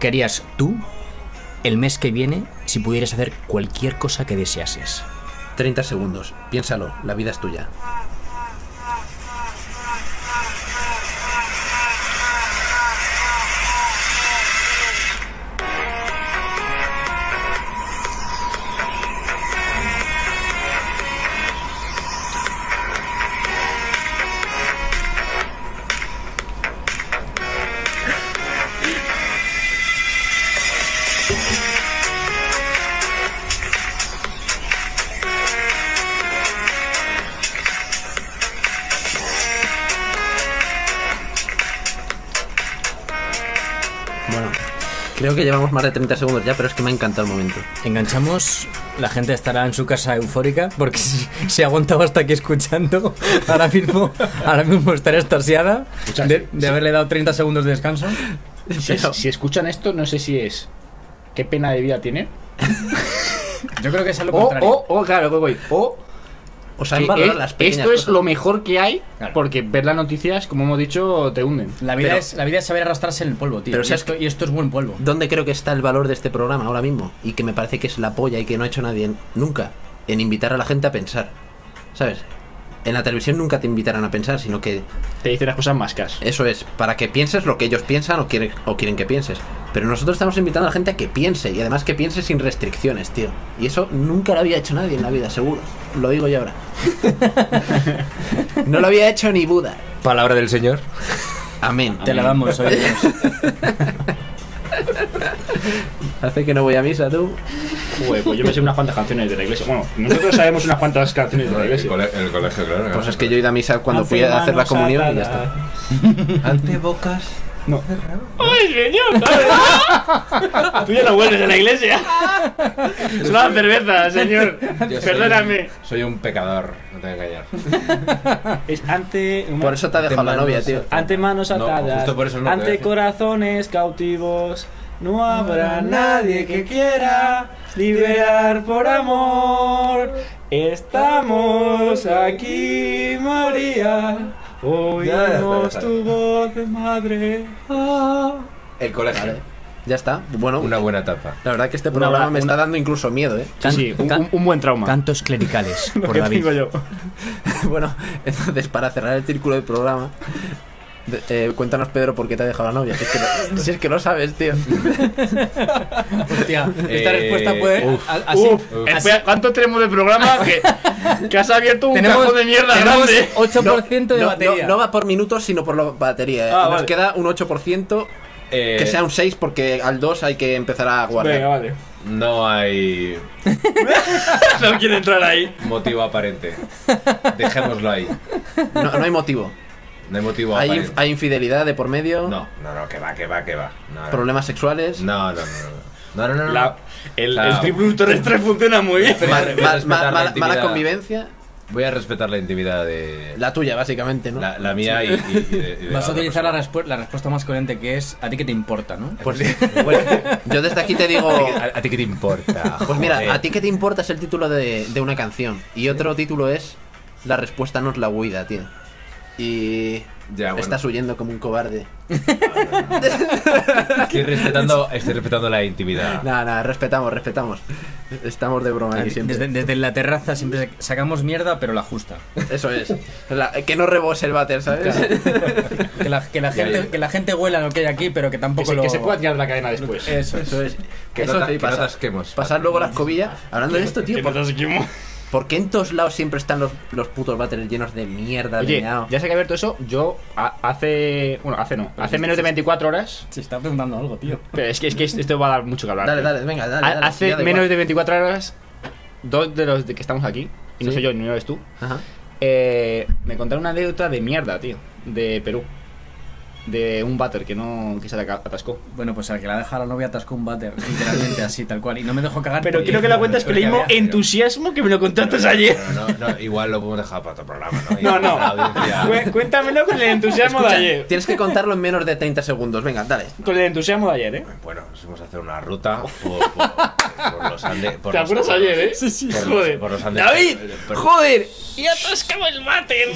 [SPEAKER 3] ¿Qué harías tú el mes que viene si pudieras hacer cualquier cosa que deseases?
[SPEAKER 2] 30 segundos. Piénsalo, la vida es tuya. Bueno, creo que llevamos más de 30 segundos ya, pero es que me ha encantado el momento.
[SPEAKER 6] Enganchamos, la gente estará en su casa eufórica porque si- se ha aguantado hasta aquí escuchando. Ahora mismo, ahora mismo estará estarseada
[SPEAKER 1] Escucha,
[SPEAKER 6] de,
[SPEAKER 1] sí,
[SPEAKER 6] de haberle dado 30 segundos de descanso.
[SPEAKER 1] si, si escuchan esto, no sé si es. ¿Qué pena de vida tiene?
[SPEAKER 3] Yo creo que es algo
[SPEAKER 6] Oh,
[SPEAKER 1] O,
[SPEAKER 3] contrario.
[SPEAKER 1] o, o, claro, voy, voy. O
[SPEAKER 2] O sea,
[SPEAKER 1] que
[SPEAKER 2] valorar
[SPEAKER 1] es-
[SPEAKER 2] las pequeñas
[SPEAKER 1] esto es
[SPEAKER 2] cosas.
[SPEAKER 1] lo mejor que hay,
[SPEAKER 3] Claro.
[SPEAKER 1] porque ver las noticias, como hemos dicho, te hunden.
[SPEAKER 3] La vida,
[SPEAKER 2] Pero-
[SPEAKER 3] es, la vida es saber arrastrarse en el polvo, tío.
[SPEAKER 2] Pero
[SPEAKER 3] y,
[SPEAKER 2] si es
[SPEAKER 3] esto, y esto es buen polvo.
[SPEAKER 2] ¿Dónde creo que está el valor de este programa ahora mismo? Y que me parece que es la polla y que no ha hecho nadie en- nunca. En invitar a la gente a pensar. ¿Sabes? En la televisión nunca te invitarán a pensar, sino que
[SPEAKER 1] Te dicen las cosas más cas.
[SPEAKER 2] eso es, para que pienses lo que ellos piensan o quieren, o quieren que pienses. Pero nosotros estamos invitando a la gente a que piense y además que piense sin restricciones, tío. Y eso nunca lo había hecho nadie en la vida, seguro. Lo digo yo ahora. no lo había hecho ni Buda.
[SPEAKER 4] Palabra del Señor.
[SPEAKER 2] Amén.
[SPEAKER 3] Te la damos, oye.
[SPEAKER 2] Hace que no voy a misa, tú.
[SPEAKER 1] Joder, pues yo me sé unas cuantas canciones de la iglesia. Bueno, nosotros sabemos unas cuantas canciones de la
[SPEAKER 4] En el,
[SPEAKER 1] iglesia.
[SPEAKER 4] cole- en el colegio, claro.
[SPEAKER 2] Pues es que yo he ido a misa cuando fui a hacer la comunión y ya está.
[SPEAKER 4] Ante bocas.
[SPEAKER 1] No. ¡Ay, señor! Tú ya no vuelves a la iglesia. Es una cerveza, señor. Perdóname.
[SPEAKER 4] Soy un pecador, no te voy a engañar.
[SPEAKER 1] Es ante.
[SPEAKER 2] Por eso te ha dejado la novia, tío.
[SPEAKER 1] Ante manos
[SPEAKER 4] No,
[SPEAKER 1] atadas.
[SPEAKER 4] justo por eso no,
[SPEAKER 1] ante
[SPEAKER 4] te voy a decir.
[SPEAKER 1] corazones cautivos. No habrá nadie que quiera liberar por amor. Estamos aquí, María.
[SPEAKER 4] Ya, ya está, ya
[SPEAKER 1] Oímos
[SPEAKER 4] está.
[SPEAKER 1] tu voz de madre. Ah.
[SPEAKER 4] El colegio.
[SPEAKER 2] Ya está. Bueno,
[SPEAKER 4] Una buena etapa.
[SPEAKER 2] la verdad que este programa
[SPEAKER 1] bra-
[SPEAKER 2] me
[SPEAKER 1] una-
[SPEAKER 2] está dando incluso miedo, ¿eh?
[SPEAKER 6] Can-
[SPEAKER 1] sí, un,
[SPEAKER 6] can-
[SPEAKER 1] un- un buen trauma.
[SPEAKER 6] Cantos clericales
[SPEAKER 1] Lo
[SPEAKER 6] por
[SPEAKER 1] que
[SPEAKER 6] David.
[SPEAKER 1] digo yo.
[SPEAKER 2] bueno, entonces para cerrar el círculo del programa, de- eh, cuéntanos Pedro por qué te ha dejado la novia. Si es que lo, si es que lo sabes, tío.
[SPEAKER 3] Hostia,
[SPEAKER 4] esta
[SPEAKER 6] Eh,
[SPEAKER 4] respuesta puede-
[SPEAKER 3] así.
[SPEAKER 1] Uf, espera, ¿cuánto tenemos de programa? Que, que has abierto un
[SPEAKER 6] Tenemos-
[SPEAKER 1] cajón de mierda
[SPEAKER 6] tenemos
[SPEAKER 1] grande.
[SPEAKER 6] 8% de
[SPEAKER 2] no,
[SPEAKER 6] batería.
[SPEAKER 2] no- no va por minutos, sino por la batería. ¿eh?
[SPEAKER 1] Ah,
[SPEAKER 2] Nos
[SPEAKER 1] vale.
[SPEAKER 2] queda un 8%,
[SPEAKER 4] Eh,
[SPEAKER 2] que sea un 6, porque al 2 hay que empezar a guardar.
[SPEAKER 1] Venga, vale.
[SPEAKER 4] No hay
[SPEAKER 1] No quiere entrar ahí.
[SPEAKER 4] motivo aparente. Dejémoslo ahí.
[SPEAKER 2] No, no hay motivo.
[SPEAKER 4] No hay motivo
[SPEAKER 2] hay,
[SPEAKER 4] aparente.
[SPEAKER 2] inf- hay infidelidad de por medio,
[SPEAKER 4] No, no, no, que va, que va, que va. No, no,
[SPEAKER 2] problemas sexuales,
[SPEAKER 4] no, no. no, no. No, no, no, no.
[SPEAKER 1] La- el, el
[SPEAKER 4] Ah.
[SPEAKER 1] triple terrestre funciona muy bien.
[SPEAKER 4] Voy a
[SPEAKER 2] mal-
[SPEAKER 4] respetar
[SPEAKER 2] mal-
[SPEAKER 4] la
[SPEAKER 2] mal- mala- mala
[SPEAKER 4] intimidad-
[SPEAKER 2] convivencia,
[SPEAKER 4] Voy a respetar la intimidad de
[SPEAKER 2] la tuya básicamente, ¿no?
[SPEAKER 4] la, la mía y, y- y de- y de
[SPEAKER 3] Vas a
[SPEAKER 4] la otra
[SPEAKER 3] utilizar la,
[SPEAKER 4] persona.
[SPEAKER 3] respu- la respuesta más coherente que es a ti que te importa, ¿no?
[SPEAKER 2] Pues bueno, yo desde aquí te digo...
[SPEAKER 4] ¿A, a ti qué te importa?
[SPEAKER 2] Oh. Pues mira,
[SPEAKER 4] Joder.
[SPEAKER 2] ¿a ti qué te importa es el título de, de una canción? Y otro título es La respuesta no es la huida, tío. Y...
[SPEAKER 4] Ya, bueno.
[SPEAKER 2] Estás huyendo como un cobarde.
[SPEAKER 4] Estoy respetando, estoy respetando la
[SPEAKER 1] Ah.
[SPEAKER 4] intimidad.
[SPEAKER 2] Nada, nada, respetamos, respetamos. Estamos de broma aquí siempre.
[SPEAKER 3] Desde, desde la terraza siempre sacamos mierda, pero la justa.
[SPEAKER 2] Eso es. La- que no rebose el váter, ¿sabes?
[SPEAKER 3] Que la, que la
[SPEAKER 4] Ya,
[SPEAKER 3] gente,
[SPEAKER 4] ya.
[SPEAKER 3] que la gente huela lo que hay aquí, pero que tampoco lo.
[SPEAKER 1] tirar la cadena después.
[SPEAKER 3] Eso es.
[SPEAKER 2] Eso es.
[SPEAKER 4] Que
[SPEAKER 2] Eso
[SPEAKER 4] no ta-
[SPEAKER 2] sí,
[SPEAKER 4] que no tasquemos.
[SPEAKER 2] Pasar luego la escobilla. Hablando de esto, tío,
[SPEAKER 1] Que
[SPEAKER 2] ¿por,
[SPEAKER 1] no seas esquimo.
[SPEAKER 2] por qué en todos lados siempre están los, los putos váteres llenos de mierda, de
[SPEAKER 1] Oye,
[SPEAKER 2] meao?
[SPEAKER 1] ya sé que abierto eso, yo a- hace. Bueno, hace no. Hace menos de 24 horas.
[SPEAKER 3] Se está preguntando algo, tío.
[SPEAKER 1] Pero es que, es que esto va a dar mucho que hablar.
[SPEAKER 2] Dale,
[SPEAKER 1] ¿eh?
[SPEAKER 2] dale, venga, dale.
[SPEAKER 1] Ha-
[SPEAKER 2] dale,
[SPEAKER 1] hace
[SPEAKER 2] ya da
[SPEAKER 1] menos
[SPEAKER 2] igual.
[SPEAKER 1] de 24 horas, dos de los de que estamos aquí, y no
[SPEAKER 2] Sí.
[SPEAKER 1] soy yo ni no eres tú,
[SPEAKER 2] Ajá.
[SPEAKER 1] eh, me contaron una anécdota de mierda, tío, de Perú. De un váter que no que se ataca- atascó.
[SPEAKER 3] Bueno, pues al que la deja la novia atascó un váter, literalmente así, tal cual. Y no me dejó cagar.
[SPEAKER 1] Pero
[SPEAKER 3] porque-
[SPEAKER 1] quiero que la cuentes que le
[SPEAKER 3] porque
[SPEAKER 1] dimos
[SPEAKER 3] había-
[SPEAKER 1] entusiasmo que me lo contaste ayer.
[SPEAKER 4] No, no, no, igual lo podemos dejar para otro programa, ¿no? Y
[SPEAKER 1] No, no.
[SPEAKER 4] la audiencia-
[SPEAKER 1] Cué- Cuéntamelo con el entusiasmo de ayer.
[SPEAKER 2] Tienes que contarlo en menos de 30 segundos. Venga, dale.
[SPEAKER 1] Con el entusiasmo de ayer, ¿eh?
[SPEAKER 4] Bueno, nos fuimos a hacer una ruta por, por- por los Andes. por
[SPEAKER 1] ¿Te
[SPEAKER 4] los-
[SPEAKER 1] acuerdas
[SPEAKER 4] por
[SPEAKER 1] ayer,
[SPEAKER 4] los-
[SPEAKER 1] eh? Sí, sí,
[SPEAKER 4] por los-
[SPEAKER 1] joder.
[SPEAKER 4] por los Andes.
[SPEAKER 1] David,
[SPEAKER 4] Por-
[SPEAKER 1] joder, y atascaba el váter.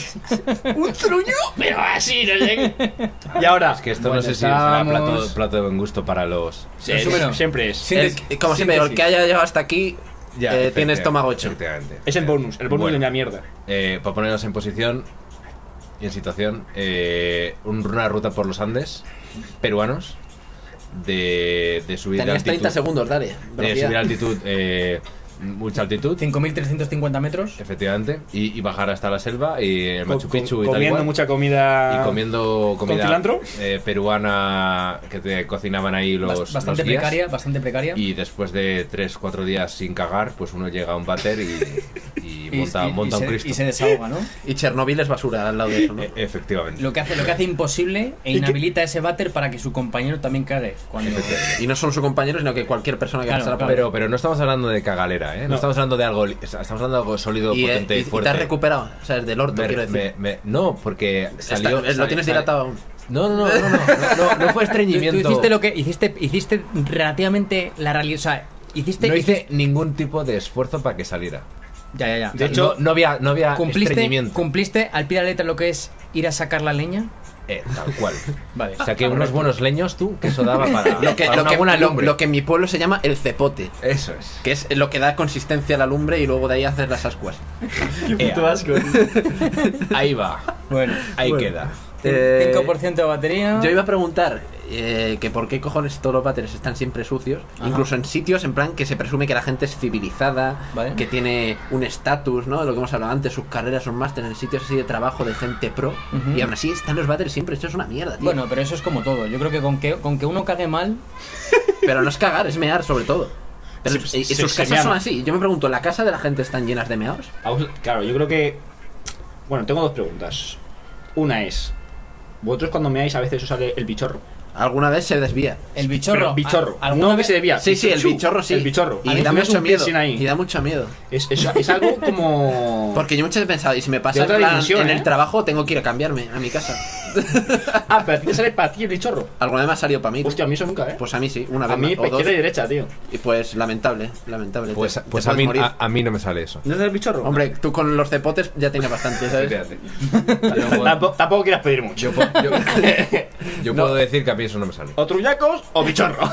[SPEAKER 1] Un truño, pero así, no sé qué. Y ahora.
[SPEAKER 4] Es que esto no
[SPEAKER 1] Bueno,
[SPEAKER 4] sé si será plato,
[SPEAKER 1] estamos-
[SPEAKER 4] plato de buen gusto para los.
[SPEAKER 1] Sí,
[SPEAKER 3] Pero súbelo.
[SPEAKER 1] siempre es.
[SPEAKER 3] Sí. Síntesis,
[SPEAKER 2] El- como siempre,
[SPEAKER 3] síntesis.
[SPEAKER 2] el que haya llegado hasta aquí
[SPEAKER 4] Ya,
[SPEAKER 2] eh, tiene
[SPEAKER 4] efectivamente,
[SPEAKER 2] estómago 8.
[SPEAKER 4] efectivamente.
[SPEAKER 1] Es el bonus, el bonus
[SPEAKER 4] Bueno.
[SPEAKER 1] de la mierda.
[SPEAKER 4] Eh, para ponernos en posición y en situación, eh, un- una ruta por los Andes peruanos de, de subir
[SPEAKER 2] Tenías
[SPEAKER 4] altitud.
[SPEAKER 2] 30 segundos, dale.
[SPEAKER 4] De
[SPEAKER 2] velocidad.
[SPEAKER 4] subir altitud, eh, mucha altitud.
[SPEAKER 3] 5.350 metros.
[SPEAKER 4] Efectivamente, y, y bajar hasta la selva y el Machu
[SPEAKER 1] Com-
[SPEAKER 4] Picchu y tal y
[SPEAKER 1] comiendo
[SPEAKER 4] cual.
[SPEAKER 1] mucha comida.
[SPEAKER 4] y comiendo comida
[SPEAKER 1] cilantro?
[SPEAKER 4] eh, peruana que te cocinaban ahí los,
[SPEAKER 3] Bast- bastante
[SPEAKER 4] los guías.
[SPEAKER 3] precaria, bastante precaria.
[SPEAKER 4] Y después de 3-4 días sin cagar, pues uno llega a un váter y, y
[SPEAKER 3] Y-
[SPEAKER 4] monta,
[SPEAKER 3] y-
[SPEAKER 4] monta
[SPEAKER 3] y
[SPEAKER 4] un
[SPEAKER 3] se,
[SPEAKER 4] Cristo.
[SPEAKER 3] y se desahoga, ¿no?
[SPEAKER 2] Y Chernobyl es basura al lado de eso, ¿no?
[SPEAKER 4] E- efectivamente.
[SPEAKER 3] Lo que hace, lo que hace imposible e inhabilita ese váter para que su compañero también cague. Cuando...
[SPEAKER 4] eh.
[SPEAKER 2] Y no son sus compañeros, sino que cualquier persona que
[SPEAKER 3] Claro,
[SPEAKER 2] pasara por
[SPEAKER 3] claro.
[SPEAKER 4] Pero, pero no estamos hablando de cagalera, ¿eh? No,
[SPEAKER 1] No.
[SPEAKER 4] estamos hablando de algo li- estamos hablando de algo sólido,
[SPEAKER 2] y, eh,
[SPEAKER 4] potente
[SPEAKER 2] y-
[SPEAKER 4] y
[SPEAKER 2] y
[SPEAKER 4] fuerte.
[SPEAKER 2] te has recuperado, o sea, es del orto,
[SPEAKER 4] Me-
[SPEAKER 2] quiero decir.
[SPEAKER 4] me- me- no, porque
[SPEAKER 2] Está-
[SPEAKER 4] salió... Ah,
[SPEAKER 2] eh, lo
[SPEAKER 4] sale-
[SPEAKER 2] tienes
[SPEAKER 4] sale-
[SPEAKER 2] dilatado aún.
[SPEAKER 4] No, no, no, no, no, no, no, no fue
[SPEAKER 3] Tú- tú
[SPEAKER 4] estreñimiento.
[SPEAKER 3] hiciste lo que hiciste, hiciste relativamente la realidad. O sea, hiciste.
[SPEAKER 4] No hice ningún tipo de esfuerzo para que saliera.
[SPEAKER 3] Ya, ya, ya.
[SPEAKER 1] De hecho,
[SPEAKER 4] no, no había, no había
[SPEAKER 3] ¿Cumpliste,
[SPEAKER 4] estreñimiento.
[SPEAKER 3] ¿Cumpliste al pie de la letra lo que es ir a sacar la leña?
[SPEAKER 4] Eh, tal cual.
[SPEAKER 3] Vale.
[SPEAKER 4] Saqué unos buenos leños, tú, que eso daba para,
[SPEAKER 2] Lo que,
[SPEAKER 4] para
[SPEAKER 2] lo,
[SPEAKER 4] una
[SPEAKER 2] que,
[SPEAKER 4] buena
[SPEAKER 2] lo-
[SPEAKER 4] lumbre.
[SPEAKER 2] lo que en mi pueblo se llama el cepote,
[SPEAKER 4] Eso es.
[SPEAKER 2] que es lo que da consistencia a la lumbre y luego de ahí haces las ascuas.
[SPEAKER 4] Ea,
[SPEAKER 1] asco.
[SPEAKER 4] ahí va,
[SPEAKER 3] Bueno.
[SPEAKER 4] ahí queda.
[SPEAKER 2] Eh,
[SPEAKER 3] 5% de batería.
[SPEAKER 2] Yo iba a preguntar eh, que por qué cojones todos los váteres están siempre sucios, incluso en sitios en plan que se presume que la gente es civilizada,
[SPEAKER 3] Vale.
[SPEAKER 2] que tiene un estatus, ¿no? Lo que hemos hablado antes, sus carreras, sus másteres en sitios así de trabajo de gente pro,
[SPEAKER 3] Ujú.
[SPEAKER 2] y aún así están los váteres siempre, eso es una mierda, tío.
[SPEAKER 3] Bueno, pero eso es como todo. Yo creo que con que, con que uno cague mal.
[SPEAKER 2] Pero no es cagar, es mear sobre todo. Pero-
[SPEAKER 1] Sí, pues,
[SPEAKER 2] y, y
[SPEAKER 1] sí,
[SPEAKER 2] sus
[SPEAKER 1] sí,
[SPEAKER 2] casas
[SPEAKER 1] mean.
[SPEAKER 2] son así. Yo me pregunto, ¿la casa de la gente están llenas de meados?
[SPEAKER 1] Vamos- Claro, yo creo que. Bueno, tengo dos preguntas. Una es. ¿Vosotros cuando meáis a veces os sale el bichorro?
[SPEAKER 2] Alguna vez se desvía.
[SPEAKER 3] El bichorro.
[SPEAKER 1] Pero bichorro.
[SPEAKER 3] ¿al- ¿Alguna
[SPEAKER 1] no
[SPEAKER 3] vez
[SPEAKER 1] que se debía.
[SPEAKER 2] Sí, sí, el bichorro sí.
[SPEAKER 1] Ah, El bichorro. A
[SPEAKER 2] Y
[SPEAKER 1] veces
[SPEAKER 2] da
[SPEAKER 1] ves
[SPEAKER 2] mucho
[SPEAKER 1] un
[SPEAKER 2] miedo.
[SPEAKER 1] piercing ahí.
[SPEAKER 2] Y da mucho miedo.
[SPEAKER 1] Es, es, es algo como.
[SPEAKER 2] Porque yo muchas veces pensaba, y si me
[SPEAKER 1] De
[SPEAKER 2] pasa en,
[SPEAKER 1] otra
[SPEAKER 2] plan,
[SPEAKER 1] dimensión,
[SPEAKER 2] en
[SPEAKER 1] ¿eh?
[SPEAKER 2] el trabajo, tengo que ir a cambiarme a mi casa.
[SPEAKER 1] Ah, pero a ti te sale para ti el chorro.
[SPEAKER 2] Alguna vez me ha salido para mí.
[SPEAKER 1] Hostia, a mí eso nunca, ¿eh?
[SPEAKER 2] Pues a mí sí, una vez
[SPEAKER 1] a mí,
[SPEAKER 2] más, o dos.
[SPEAKER 1] izquierda y derecha, tío.
[SPEAKER 2] Y pues lamentable, lamentable.
[SPEAKER 4] Pues,
[SPEAKER 2] Te- te
[SPEAKER 4] pues a,
[SPEAKER 2] puedes
[SPEAKER 4] mí,
[SPEAKER 2] morir.
[SPEAKER 4] a, a mí no me sale eso.
[SPEAKER 1] ¿No es el bichorro?
[SPEAKER 2] Hombre, tú con los cepotes ya tienes bastante, ¿sabes?
[SPEAKER 4] Fíjate.
[SPEAKER 1] Tampo- tampoco quieras pedir
[SPEAKER 4] Yo,
[SPEAKER 1] mucho.
[SPEAKER 4] po- yo- yo puedo decir que a mí eso no me sale.
[SPEAKER 1] O trullacos o bichorro.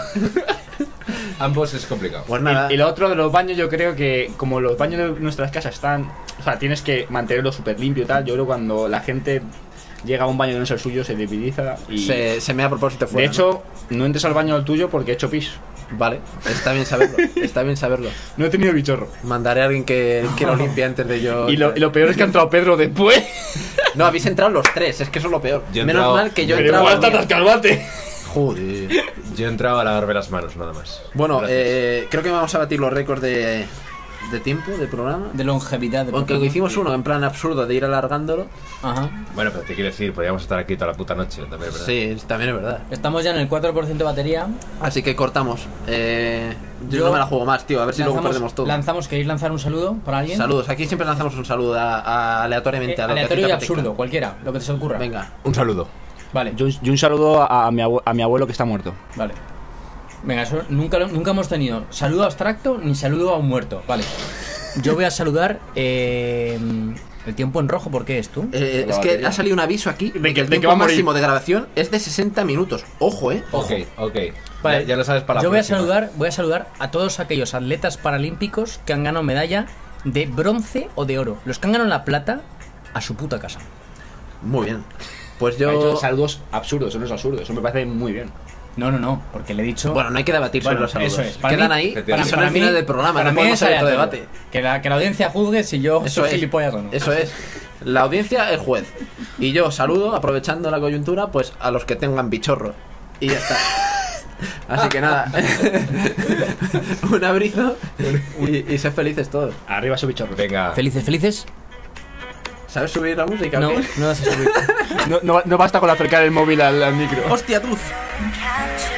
[SPEAKER 4] Ambos es complicado.
[SPEAKER 2] Pues nada.
[SPEAKER 1] Y, y lo otro de los baños, yo creo que como los baños de nuestras casas están. O sea, tienes que mantenerlo súper limpio y tal. Yo creo que cuando la gente llega a un baño que no es el suyo, se dividiza y.
[SPEAKER 2] se, se me a propósito fuera.
[SPEAKER 1] de hecho, ¿no? entres al baño al tuyo porque he hecho pis.
[SPEAKER 2] ¿no? vale, está bien saberlo. Está bien saberlo.
[SPEAKER 1] No he tenido bichorro.
[SPEAKER 2] Mandaré a alguien que, que lo limpie antes de yo.
[SPEAKER 1] Y lo, y lo peor es que ha entrado Pedro después.
[SPEAKER 2] No, habéis entrado los tres, es que eso es lo peor.
[SPEAKER 4] Yo he
[SPEAKER 2] Menos
[SPEAKER 4] entrado-
[SPEAKER 2] mal que yo he
[SPEAKER 1] Pero
[SPEAKER 2] entrado.
[SPEAKER 1] igual está calvate.
[SPEAKER 2] Joder.
[SPEAKER 4] Yo he entrado a lavarme las manos, nada más.
[SPEAKER 2] Bueno,
[SPEAKER 4] Gracias.
[SPEAKER 2] eh, creo que vamos a batir los récords de, de tiempo, de programa.
[SPEAKER 3] De longevidad. De
[SPEAKER 2] Aunque
[SPEAKER 3] programa.
[SPEAKER 2] hicimos uno en plan absurdo de ir alargándolo.
[SPEAKER 3] Ajá.
[SPEAKER 4] Bueno, pero te quiero decir, podríamos estar aquí toda la puta noche también, ¿verdad?
[SPEAKER 2] Sí, también es verdad.
[SPEAKER 3] Estamos ya en el 4% de batería.
[SPEAKER 2] Así que cortamos. Eh, yo,
[SPEAKER 3] Yo-
[SPEAKER 2] no me la juego más, tío. A ver si luego
[SPEAKER 3] Lanzamos-
[SPEAKER 2] perdemos todo.
[SPEAKER 3] Lanzamos, ¿queréis lanzar un saludo para alguien?
[SPEAKER 2] Saludos. Aquí siempre lanzamos un saludo a- a-
[SPEAKER 3] Eh,
[SPEAKER 2] aleatoriamente. a lo que a ti
[SPEAKER 3] aleatorio
[SPEAKER 2] te
[SPEAKER 3] y
[SPEAKER 2] apetezca.
[SPEAKER 3] absurdo, cualquiera, lo que te se ocurra.
[SPEAKER 2] Venga.
[SPEAKER 4] Un saludo.
[SPEAKER 3] Vale,
[SPEAKER 1] Yo, un saludo a, mi a mi abuelo que está muerto.
[SPEAKER 3] vale. Venga, eso nunca, lo- nunca hemos tenido saludo abstracto ni saludo a un muerto. Vale. Yo voy a saludar. eh, el tiempo en rojo, ¿por qué es tú?
[SPEAKER 2] Eh,
[SPEAKER 1] La
[SPEAKER 2] es que
[SPEAKER 1] batería.
[SPEAKER 2] ha salido un aviso aquí.
[SPEAKER 1] De
[SPEAKER 2] de
[SPEAKER 1] que-
[SPEAKER 2] el
[SPEAKER 1] de que
[SPEAKER 2] tiempo
[SPEAKER 1] va a morir.
[SPEAKER 2] máximo de grabación es de 60 minutos. Ojo, eh.
[SPEAKER 4] Ok, ok.
[SPEAKER 3] Vale.
[SPEAKER 4] Ya, ya lo sabes para la
[SPEAKER 3] Yo voy a,
[SPEAKER 4] próxima.
[SPEAKER 3] saludar, voy a saludar a todos aquellos atletas paralímpicos que han ganado medalla de bronce o de oro. Los que han ganado la plata, a su puta casa.
[SPEAKER 2] Muy bien. Pues
[SPEAKER 1] Ha
[SPEAKER 2] yo.
[SPEAKER 1] hecho saludos absurdos, eso no es absurdo, eso me parece muy bien.
[SPEAKER 3] No, no, no, porque le he dicho.
[SPEAKER 2] Bueno, no hay que debatir
[SPEAKER 3] Bueno,
[SPEAKER 2] sobre los saludos.
[SPEAKER 3] eso es. Para
[SPEAKER 2] Quedan
[SPEAKER 3] mí-
[SPEAKER 2] ahí
[SPEAKER 4] para-
[SPEAKER 2] y son al final del programa.
[SPEAKER 3] para
[SPEAKER 2] No
[SPEAKER 3] mí
[SPEAKER 2] podemos
[SPEAKER 3] es
[SPEAKER 2] hacer otro
[SPEAKER 3] aleatorio.
[SPEAKER 2] debate.
[SPEAKER 3] Que la, que la audiencia juzgue si yo
[SPEAKER 2] Eso
[SPEAKER 3] soy
[SPEAKER 2] es.
[SPEAKER 3] gilipollas o no.
[SPEAKER 2] Eso es. La audiencia, el juez. Y yo saludo, aprovechando la coyuntura, pues a los que tengan bichorro. Y ya está. Así que nada. un abrizo y, y sed felices todos.
[SPEAKER 1] Arriba su bichorro.
[SPEAKER 4] Venga.
[SPEAKER 3] Felices, felices.
[SPEAKER 2] ¿Sabes subir la música?
[SPEAKER 3] No,
[SPEAKER 2] o qué?
[SPEAKER 3] no vas a subir.
[SPEAKER 1] No, no, no basta con acercar el móvil al, al micro.
[SPEAKER 2] ¡Hostia, tú!
[SPEAKER 9] Catch